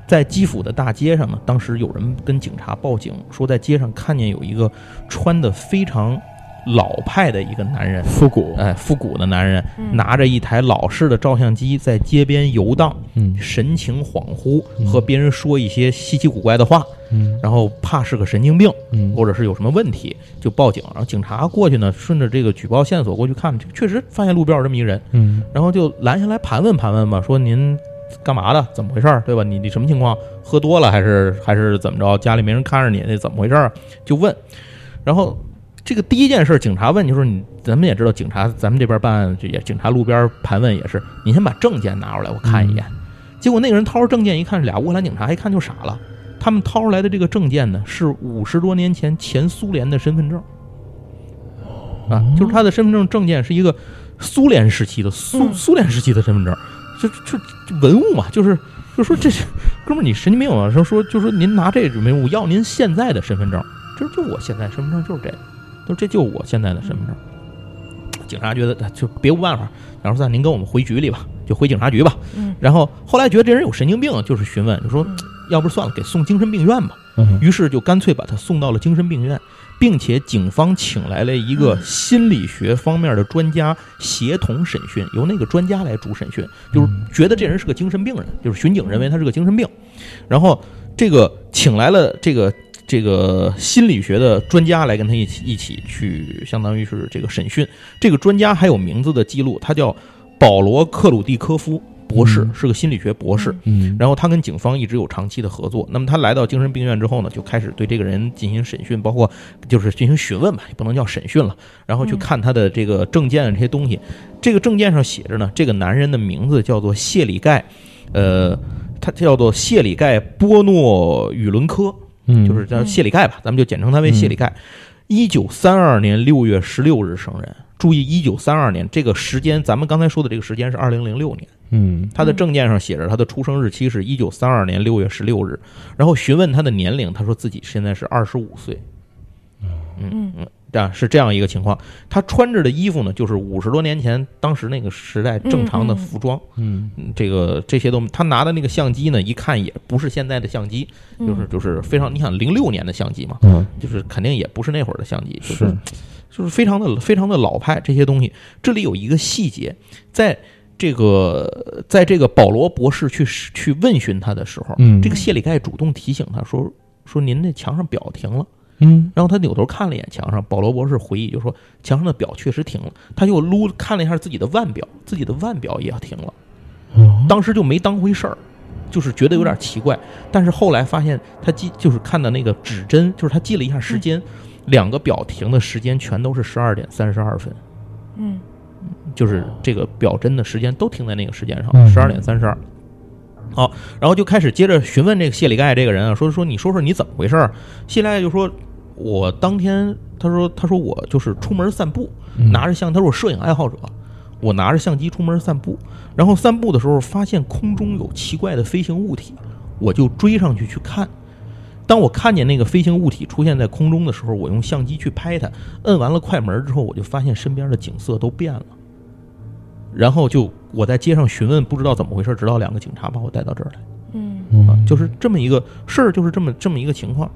S2: 在基辅的大街上呢，当时有人跟警察报警说，在街上看见有一个穿的非常老派的一个男人，
S1: 复古，
S2: 哎，复古的男人，
S3: 嗯
S2: 拿着一台老式的照相机在街边游荡，
S1: 嗯
S2: 神情恍惚，
S1: 嗯
S2: 和别人说一些稀奇古怪的话，
S1: 嗯
S2: 然后怕是个神经病
S1: 嗯
S2: 或者是有什么问题，就报警。然后警察过去呢，顺着这个举报线索过去看，确实发现路边有这么一人，
S1: 嗯
S2: 然后就拦下来盘问盘问吧，说您干嘛的？怎么回事儿？对吧？你你什么情况？喝多了还是还是怎么着？家里没人看着你，那怎么回事儿？就问。然后这个第一件事，警察问就是你，咱们也知道，警察咱们这边办案这也，警察路边盘问也是，你先把证件拿出来，我看一眼。结果那个人掏出证件一看，俩乌克兰警察一看就傻了。他们掏出来的这个证件呢，是五十多年前前苏联的身份证，啊，就是他的身份证证件是一个苏联时期的苏
S3: 嗯
S2: 苏联时期的身份证，这这这文物嘛，就是就说这是哥们儿你神经病啊！说说就说您拿这种没有，我要您现在的身份证，这就我现在身份证就是这个，就这就我现在的身份证。警察觉得哎就别无办法，然后说那您跟我们回局里吧，就回警察局吧。
S3: 嗯
S2: 然后后来觉得这人有神经病，就是询问，就说
S3: 嗯
S2: 要不算了，给送精神病院吧。
S1: 嗯
S2: 于是就干脆把他送到了精神病院，并且警方请来了
S1: 嗯
S2: 一个心理学方面的专家协同审讯，由那个专家来主审讯，就是觉得这人是个精神病人，就是巡警认为他是个精神病，然后这个请来了这个。这个心理学的专家来跟他一起一起去，相当于是这个审讯。这个专家还有名字的记录，他叫保罗·克鲁蒂科夫博士
S1: 嗯，
S2: 是个心理学博士。
S1: 嗯
S2: 然后他跟警方一直有长期的合作。那么他来到精神病院之后呢，就开始对这个人进行审讯，包括就是进行询问吧，也不能叫审讯了。然后去
S3: 嗯
S2: 看他的这个证件这些东西。这个证件上写着呢，这个男人的名字叫做谢里盖，呃，他叫做谢里盖·波诺语伦科，
S1: 嗯
S2: 就是叫谢里盖吧，咱们就简称他为谢里盖。一九三二年六月十六日生人。注意，一九三二年这个时间，咱们刚才说的这个时间是二零零六年。
S1: 嗯
S2: 他的证件上写着他的出生日期是一九三二年六月十六日，然后询问他的年龄，他说自己现在是二十五岁，
S3: 嗯
S2: 这样是这样一个情况。他穿着的衣服呢，就是五十多年前当时那个时代正常的服装，
S1: 嗯
S2: 嗯这个这些都他拿的那个相机呢，一看也不是现在的相机，
S3: 嗯
S2: 就是就是非常你想零六年的相机嘛，
S1: 嗯
S2: 就是肯定也不是那会儿的相机，就是就是非常的非常的老派这些东西。这里有一个细节，在这个在这个保罗博士去去问询他的时候，
S1: 嗯
S2: 这个谢里盖主动提醒他说说您那墙上表停了，
S1: 嗯
S2: 然后他扭头看了一眼墙上，保罗博士回忆就说墙上的表确实停了，他又撸看了一下自己的腕表，自己的腕表也停了，
S1: 哦
S2: 当时就没当回事儿。就是觉得有点奇怪，但是后来发现他记就是看到那个指针，就是他记了一下时间，两个表停的时间全都是十二点三十二分。
S3: 嗯
S2: 就是这个表针的时间都停在那个时间上，
S1: 嗯
S2: 十二点三十二。好，然后就开始接着询问这个谢里盖这个人啊，说说你说说你怎么回事儿？谢里盖就说，我当天他说他说我就是出门散步，
S1: 嗯
S2: 拿着相，他说我摄影爱好者，我拿着相机出门散步，然后散步的时候发现空中有奇怪的飞行物体，我就追上去去看。当我看见那个飞行物体出现在空中的时候，我用相机去拍它，摁完了快门之后，我就发现身边的景色都变了。然后就我在街上询问，不知道怎么回事，直到两个警察把我带到这儿来。
S3: 嗯
S2: 啊，就是这么一个事儿，就是这么这么一个情况。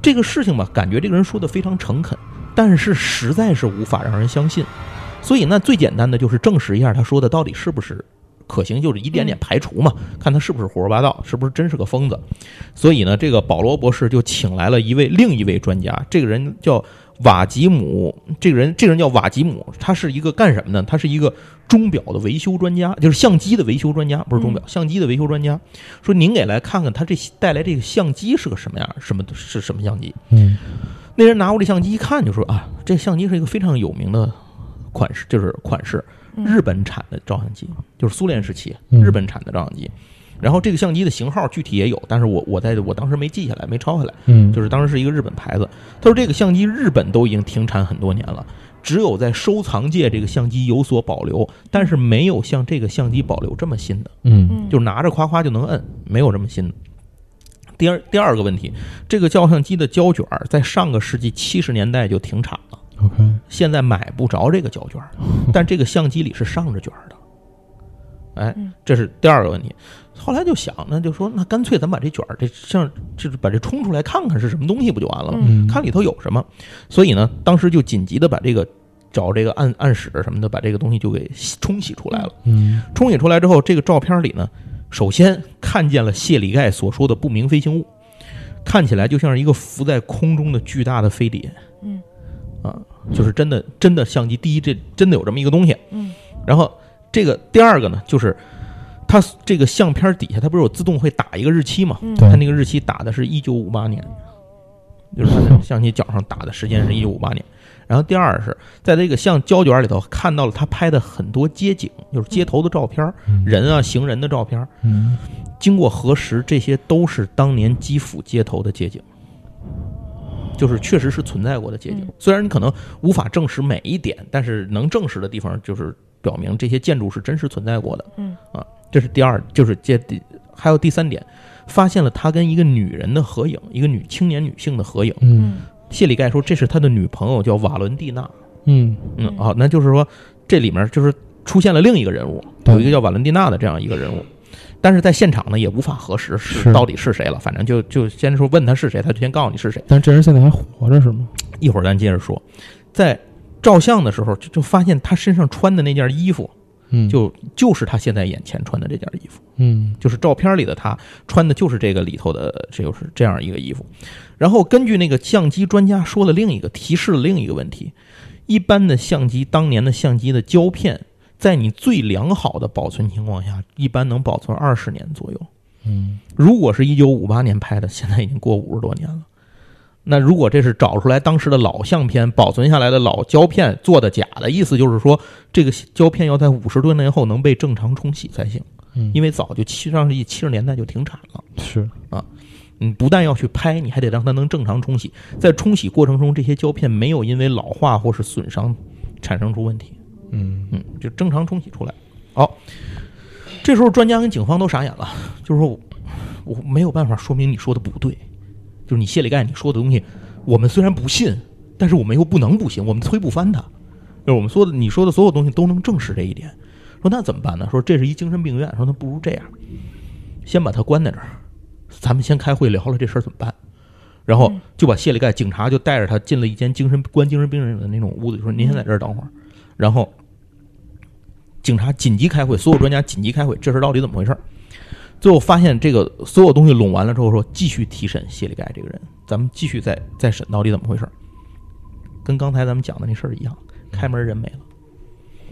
S2: 这个事情吧，感觉这个人说的非常诚恳，但是实在是无法让人相信。所以那最简单的就是证实一下他说的到底是不是可行，就是一点点排除嘛，看他是不是胡说八道，是不是真是个疯子。所以呢，这个保罗博士就请来了一位另一位专家，这个人叫瓦吉姆，这个人这个人叫瓦吉姆，他是一个干什么呢？他是一个钟表的维修专家，就是相机的维修专家，不是钟表，相机的维修专家。说您给来看看他这带来这个相机是个什么样，什么是什么相机？
S1: 嗯
S2: 那人拿过这相机一看，就说啊，这相机是一个非常有名的款式，就是款式
S3: 嗯
S2: 日本产的照相机，就是苏联时期
S1: 嗯
S2: 日本产的照相机。然后这个相机的型号具体也有，但是我我在我当时没记下来，没抄下来。
S1: 嗯
S2: 就是当时是一个日本牌子。他说这个相机日本都已经停产很多年了，只有在收藏界这个相机有所保留，但是没有像这个相机保留这么新的，
S1: 嗯
S3: 嗯
S2: 就是拿着夸夸就能摁，没有这么新的。第二第二个问题，这个照相机的胶卷儿在上个世纪七十年代就停产了，
S1: OK，
S2: 现在买不着这个胶卷儿，但这个相机里是上着卷儿的。哎
S3: 嗯，
S2: 这是第二个问题。后来就想，那就说，那干脆咱把这卷儿，这像就是把这冲出来看看是什么东西，不就完了吗？
S1: 嗯，
S2: 看里头有什么。所以呢，当时就紧急的把这个找这个暗暗室什么的，把这个东西就给洗冲洗出来了。
S1: 嗯
S2: 冲洗出来之后，这个照片里呢，首先看见了谢里盖所说的不明飞行物，看起来就像是一个浮在空中的巨大的飞碟。
S3: 嗯，
S2: 啊，就是真的真的相机。第一，这真的有这么一个东西。
S3: 嗯
S2: 然后这个第二个呢，就是它这个相片底下它不是有自动会打一个日期吗？
S3: 嗯，
S1: 对
S2: 他那个日期打的是一九五八年，就是他那个相机脚上打的时间是一九五八年。然后第二是在这个像胶卷里头看到了他拍的很多街景，就是街头的照片儿、
S1: 嗯
S2: 人啊、行人的照片儿。
S1: 嗯
S2: 经过核实，这些都是当年基辅街头的街景，就是确实是存在过的街景
S3: 嗯。
S2: 虽然你可能无法证实每一点，但是能证实的地方就是表明这些建筑是真实存在过的。
S3: 嗯
S2: 啊，这是第二，就是接第还有第三点，发现了他跟一个女人的合影，一个女青年女性的合影。
S1: 嗯
S3: 嗯
S2: 谢里盖说这是他的女朋友，叫瓦伦蒂娜。
S1: 嗯
S2: 嗯，
S3: 嗯
S2: 好，那就是说这里面就是出现了另一个人物，
S1: 对
S2: 有一个叫瓦伦蒂娜的这样一个人物，但是在现场呢也无法核实
S1: 是
S2: 是到底是谁了，反正就就先说问他是谁，他就先告诉你是谁。
S1: 但这人现在还活着是吗？
S2: 一会儿咱接着说，在照相的时候就就发现他身上穿的那件衣服，
S1: 嗯，
S2: 就就是他现在眼前穿的这件衣服，
S1: 嗯
S2: 就是照片里的他穿的就是这个里头的，这就是这样一个衣服。然后根据那个相机专家说了另一个提示了另一个问题，一般的相机当年的相机的胶片，在你最良好的保存情况下，一般能保存二十年左右。
S1: 嗯
S2: 如果是一九五八年拍的，现在已经过五十多年了。那如果这是找出来当时的老相片，保存下来的老胶片做的假的，意思就是说，这个胶片要在五十多年后能被正常冲洗才行，
S1: 嗯，
S2: 因
S1: 为
S2: 为早就七上世纪七十年代就停产了。
S1: 是
S2: 你不但要去拍，你还得让它能正常冲洗。在冲洗过程中，这些胶片没有因为老化或是损伤产生出问题，
S1: 嗯
S2: 嗯，就正常冲洗出来。好，这时候专家跟警方都傻眼了，就是说我我没有办法说明你说的不对，就是你谢里盖你说的东西，我们虽然不信，但是我们又不能不信，我们推不翻它。就是我们说的你说的所有东西都能证实这一点。说那怎么办呢？说这是一精神病院，说那不如这样，先把他关在这儿，咱们先开会聊聊这事儿怎么办。然后
S3: 嗯
S2: 就把谢里盖警察就带着他进了一间精神关精神病人的那种屋子，就说您先在这儿等会儿。然后警察紧急开会，所有专家紧急开会，这事儿到底怎么回事儿？最后发现这个所有东西拢完了之后，说继续提审谢里盖这个人，咱们继续再再审到底怎么回事儿。跟刚才咱们讲的那事儿一样，开门人没了。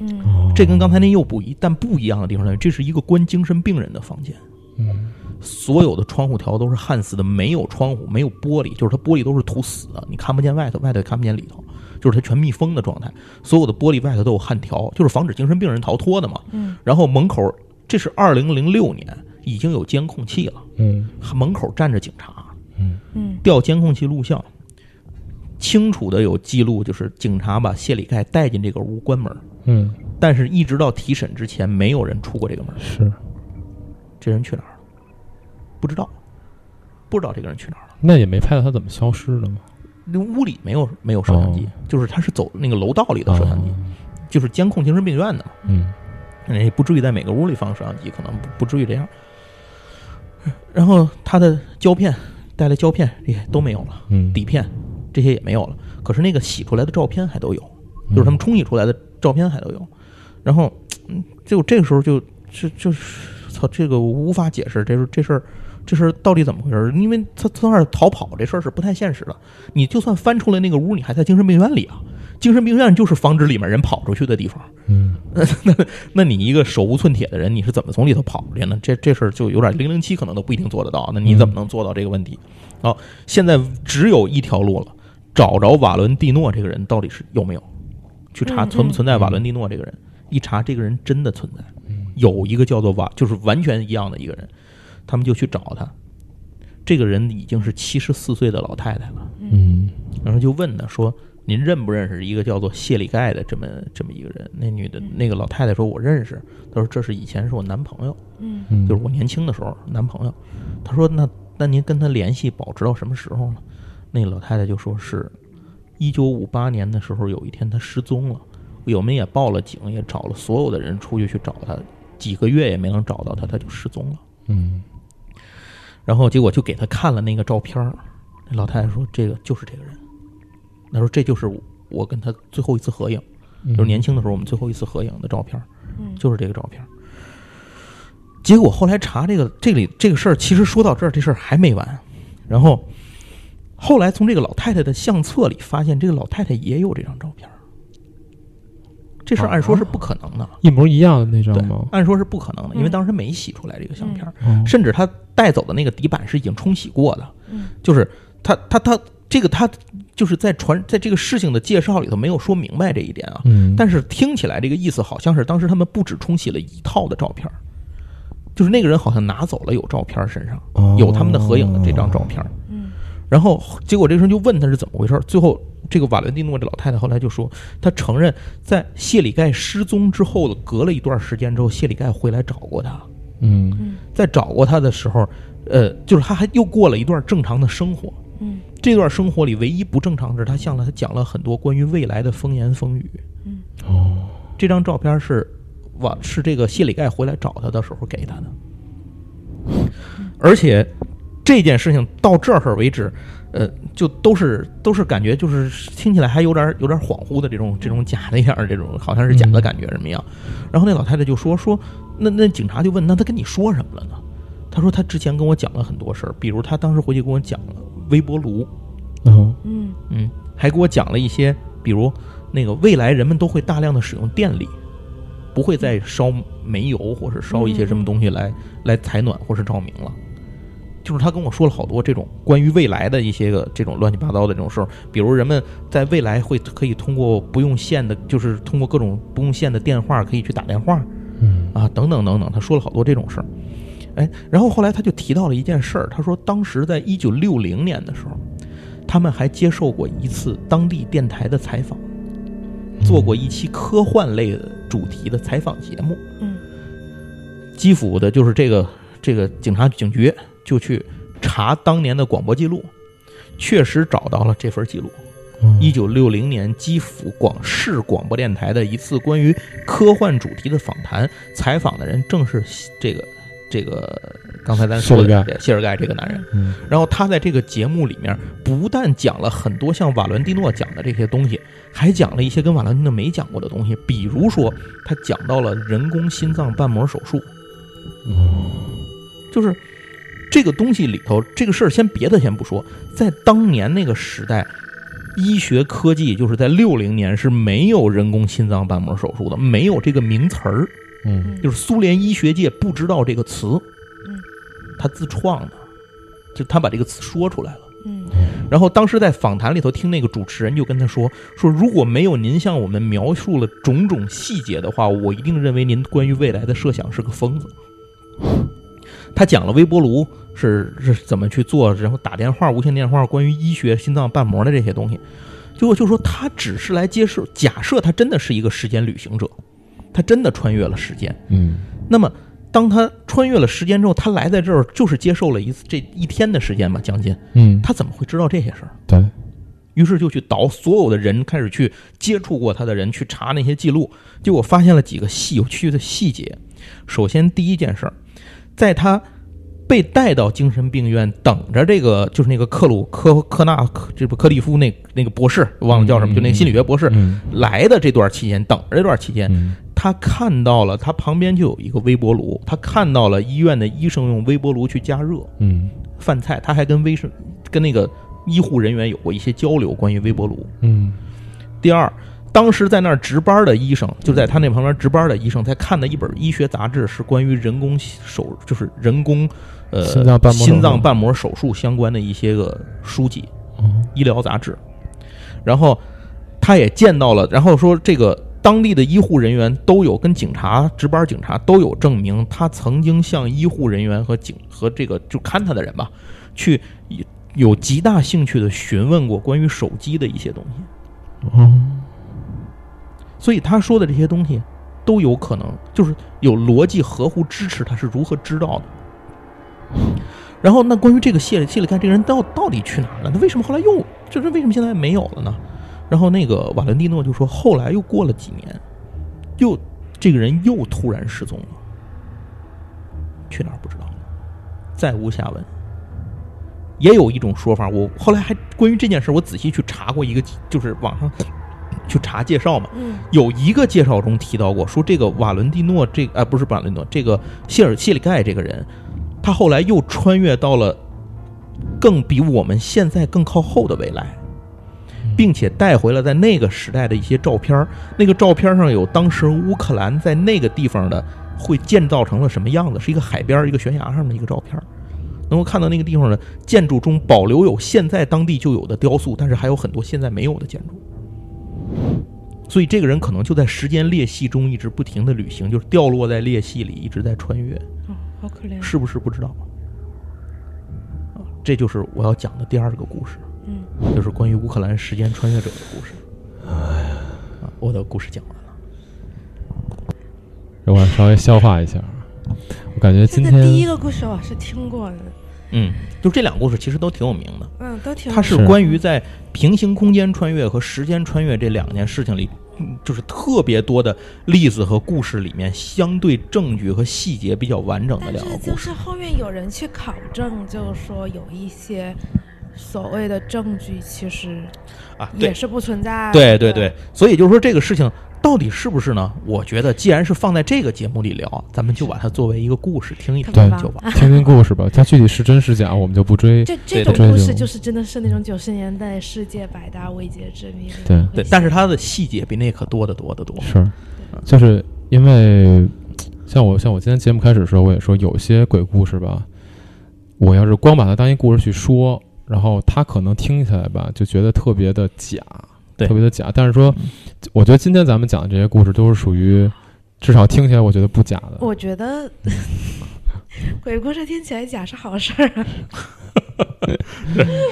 S3: 嗯
S1: 哦
S2: 这跟刚才那又不一，但不一样的地方在于，这是一个关精神病人的房间，
S1: 嗯
S2: 所有的窗户条都是焊死的，没有窗户，没有玻璃，就是它玻璃都是涂死的，你看不见外头，外头也看不见里头，就是它全密封的状态，所有的玻璃外头都有焊条，就是防止精神病人逃脱的嘛。
S3: 嗯
S2: 然后门口，这是二零零六年，已经有监控器了，
S1: 嗯
S2: 门口站着警察，
S3: 嗯
S2: 调监控器录像，清楚的有记录，就是警察把谢里盖带进这个屋关门，
S1: 嗯
S2: 但是一直到提审之前，没有人出过这个门。
S1: 是。
S2: 这人去哪儿了？不知道，不知道这个人去哪儿了。
S1: 那也没拍到他怎么消失的嘛？
S2: 那屋里没有没有摄像机，
S1: 哦
S2: 就是他是走那个楼道里的摄像机，
S1: 哦
S2: 就是监控精神病院的嘛，
S1: 嗯
S2: 人也不至于在每个屋里放摄像机，可能不不至于这样。然后他的胶片带来胶片也都没有了，
S1: 嗯，
S2: 底片这些也没有了，可是那个洗出来的照片还都有，就是他们冲洗出来的照片还都有。然后，嗯，就这个时候就就就是操，这个我无法解释，这是这事儿，这事儿到底怎么回事？因为他从那儿逃跑这事儿是不太现实的。你就算翻出来那个屋，你还在精神病院里啊。精神病院就是防止里面人跑出去的地方。
S1: 嗯
S2: 那你一个手无寸铁的人，你是怎么从里头跑出去呢？这这事儿就有点零零七可能都不一定做得到。那你怎
S3: 嗯
S2: 么能做到这个问题？好，现在只有一条路了，找着瓦伦蒂诺这个人到底是有没有，去查
S3: 嗯
S2: 存不
S3: 嗯嗯
S2: 存在瓦伦蒂诺这个人。一查，这个人真的存在，有一个叫做瓦，就是完全一样的一个人，他们就去找他。这个人已经是七十四岁的老太太了，
S1: 嗯
S2: 然后就问他说：“您认不认识一个叫做谢里盖的这么这么一个人？”那女的，那个老太太说：“我认识。”她说：“这是以前是我男朋友，
S3: 嗯
S1: 嗯，
S2: 就是我年轻的时候男朋友。”她说：“那那您跟他联系保持到什么时候呢？那老太太就说是，一九五八年的时候，有一天她失踪了，我们也报了警，也找了所有的人出去去找她，几个月也没能找到她，她就失踪了。
S1: 嗯
S2: 然后结果就给他看了那个照片儿，那老太太说这个就是这个人，她说这就是我跟他最后一次合影，
S1: 嗯，
S2: 就是年轻的时候我们最后一次合影的照片儿，
S3: 嗯，
S2: 就是这个照片儿。结果后来查这个这里这个事儿，其实说到这儿，这事儿还没完。然后后来从这个老太太的相册里发现，这个老太太也有这张照片儿。这事儿按说是不可能的，
S1: 一模一样的那张
S2: 对
S1: 啊吗，？
S2: 按说是不可能的，因为
S3: 嗯
S2: 当时没洗出来这个相片儿。
S1: 哦
S2: 甚至他带走的那个底板是已经冲洗过的，
S3: 嗯
S2: 就是他他他这个他就是在传在这个事情的介绍里头没有说明白这一点啊，
S1: 嗯，
S2: 但是听起来这个意思好像是当时他们不止冲洗了一套的照片儿，就是那个人好像拿走了有照片儿身上
S1: 哦
S2: 有他们的合影的这张照片儿，
S3: 嗯
S2: 然后结果这个人就问他是怎么回事儿，最后这个瓦伦蒂诺这老太太后来就说，她承认在谢里盖失踪之后，隔了一段时间之后，谢里盖回来找过她。
S1: 嗯
S3: 嗯
S2: 在找过他的时候，呃，就是他还又过了一段正常的生活。
S3: 嗯
S2: 这段生活里唯一不正常的是，他向了他讲了很多关于未来的风言风语。
S3: 嗯
S1: 哦
S2: 这张照片是往是这个谢里盖回来找他的时候给他的，而且这件事情到这儿为止，呃，就都是都是感觉就是听起来还有点有点恍惚的这种这种假的样儿，这种好像是假的感觉什么样。然后那老太太就说说，那那警察就问，那他跟你说什么了呢？他说他之前跟我讲了很多事儿，比如他当时回去跟我讲了微波炉，
S1: 哦
S3: 嗯
S2: 嗯，还给我讲了一些，比如那个未来人们都会大量的使用电力，不会再烧煤油或是烧一些什么东西来、来采暖或是照明了。就是他跟我说了好多这种关于未来的一些个这种乱七八糟的这种事儿，比如人们在未来会可以通过不用线的，就是通过各种不用线的电话可以去打电话，
S1: 嗯
S2: 啊，等等等等，他说了好多这种事儿。哎，然后后来他就提到了一件事儿，他说当时在一九六零年的时候，他们还接受过一次当地电台的采访，做过一期科幻类的主题的采访节目。
S3: 嗯
S2: 基辅的就是这个这个警察警局就去查当年的广播记录，确实找到了这份记录。
S1: 嗯
S2: 一九六零年基辅广市广播电台的一次关于科幻主题的访谈，采访的人正是这个这个刚才咱说
S1: 谢
S2: 的
S1: 尔盖
S2: 谢尔盖这个男人。
S1: 嗯
S2: 然后他在这个节目里面不但讲了很多像瓦伦蒂诺讲的这些东西，还讲了一些跟瓦伦蒂诺没讲过的东西，比如说他讲到了人工心脏瓣膜手术，
S1: 哦
S2: 就是这个东西里头，这个事儿先别的先不说，在当年那个时代，医学科技就是在六零年是没有人工心脏瓣膜手术的，没有这个名词儿，
S1: 嗯
S3: 嗯，
S2: 就是是苏联医学界不知道这个词
S3: 嗯，
S2: 他自创的，就他把这个词说出来了。
S3: 嗯
S2: 然后当时在访谈里头听那个主持人就跟他说说，如果没有您向我们描述了种种细节的话，我一定认为您关于未来的设想是个疯子。他讲了微波炉是是怎么去做，然后打电话、无线电话，关于医学、心脏瓣膜的这些东西。结果就说他只是来揭示，假设他真的是一个时间旅行者，他真的穿越了时间。
S1: 嗯
S2: 那么，当他穿越了时间之后，他来在这儿就是接受了一次这一天的时间嘛，将近，
S1: 嗯，
S2: 他怎么会知道这些事儿？
S1: 对，
S2: 于是就去倒所有的人，开始去接触过他的人，去查那些记录。结果发现了几个细有趣的细节。首先，第一件事儿，在他被带到精神病院，等着这个就是那个克鲁科科纳克这不克利夫那那个博士，忘了叫什么，
S1: 嗯
S2: 就那个心理学博士、
S1: 嗯
S2: 来的这段期间，等着这段期间，
S1: 嗯
S2: 他看到了他旁边就有一个微波炉，他看到了医院的医生用微波炉去加热。
S1: 嗯
S2: 饭菜，他还跟微生跟那个医护人员有过一些交流，关于微波炉。
S1: 嗯
S2: 第二，当时在那儿值班的医生，就在他那旁边值班的医生，在看的一本医学杂志，是关于人工手，就是人工呃
S1: 心脏瓣膜手术
S2: 心脏瓣膜手术相关的一些个书籍。
S1: 哦
S2: 医疗杂志，然后他也见到了，然后说这个当地的医护人员都有跟警察值班警察都有证明，他曾经向医护人员和警和这个就看他的人吧，去有极大兴趣的询问过关于手机的一些东西，
S1: 哦
S2: 所以他说的这些东西都有可能就是有逻辑合乎支持他是如何知道的。然后那关于这个谢里谢里盖这个人到到底去哪儿了？他为什么后来又这这为什么现在没有了呢？然后那个瓦伦蒂诺就说，后来又过了几年，又这个人又突然失踪了，去哪儿不知道了，再无下文。也有一种说法，我后来还关于这件事，我仔细去查过一个，就是网上去查介绍嘛，
S3: 嗯
S2: 有一个介绍中提到过，说这个瓦伦蒂诺这啊、不是瓦伦蒂诺，这个谢尔谢里盖这个人，他后来又穿越到了更比我们现在更靠后的未来，并且带回了在那个时代的一些照片儿。那个照片上有当时乌克兰在那个地方的会建造成了什么样子，是一个海边儿一个悬崖上的一个照片儿。能够看到那个地方的建筑中保留有现在当地就有的雕塑，但是还有很多现在没有的建筑。所以这个人可能就在时间裂隙中一直不停的旅行，就是掉落在裂隙里，一直在穿越，
S3: 哦，好可怜，
S2: 是不是不知道？啊，这就是我要讲的第二个故事，
S3: 嗯，
S2: 就是关于乌克兰时间穿越者的故事。啊，我的故事讲完了。
S1: 让我稍微消化一下。我感觉今
S3: 现在
S1: 天
S3: 第一个故事我是听过的，
S2: 嗯，就这两个故事其实都挺有名的，
S3: 嗯，都挺
S2: 它是
S1: 是
S2: 关于在平行空间穿越和时间穿越这两件事情里，嗯就是特别多的例子和故事里面相对证据和细节比较完整的
S3: 但
S2: 两个
S3: 是
S2: 故
S3: 就
S2: 事。
S3: 是后面有人去考证，就说有一些所谓的证据其实
S2: 啊，对
S3: 也，是不存在的。
S2: 对对对，所以就是说这个事情到底是不是呢？我觉得既然是放在这个节目里聊，咱们就把它作为一个故事听一听
S3: 特别棒
S2: 就完。
S1: 听听故事吧，它具体是真是假我们就不追。
S3: 这
S2: 对
S3: 这种
S1: 对对
S3: 故事就是真的是那种九十年代世界百大未解之谜的
S1: 对
S3: 那种
S2: 对
S3: 类，型。
S2: 但是它的细节比那可多得多 得多。
S1: 是，就是因为像我像我今天节目开始的时候，我也说有些鬼故事吧，我要是光把它当一故事去说，然后他可能听起来吧，就觉得特别的假，
S2: 对
S1: 特别的假。但是说，我觉得今天咱们讲的这些故事都是属于至少听起来我觉得不假的。
S3: 我觉得
S2: 嗯
S3: 鬼故事听起来假是好事儿啊，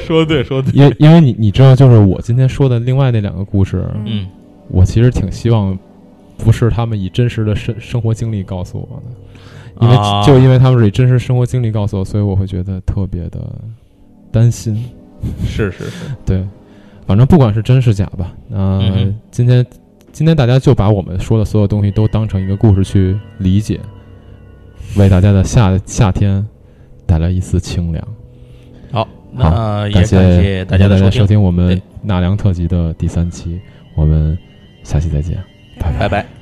S2: 说的对，说的
S1: 因因为你你知道，就是我今天说的另外那两个故事，
S2: 嗯，
S1: 我其实挺希望不是他们以真实的生生活经历告诉我的，因为、
S2: 啊
S1: 就因为他们是以真实生活经历告诉我，所以我会觉得特别的担心。
S2: 是是是，
S1: 对，反正不管是真是假吧，那、
S2: 嗯哼
S1: 今天今天大家就把我们说的所有东西都当成一个故事去理解，为大家的夏夏天带来一丝清凉。
S2: 好，
S1: 好
S2: 那也
S1: 感
S2: 谢大
S1: 大
S2: 家
S1: 大
S2: 的
S1: 家
S2: 收听，
S1: 听我们
S2: 对
S1: 纳凉特辑的第三期，我们下期再见，拜拜
S2: 拜拜。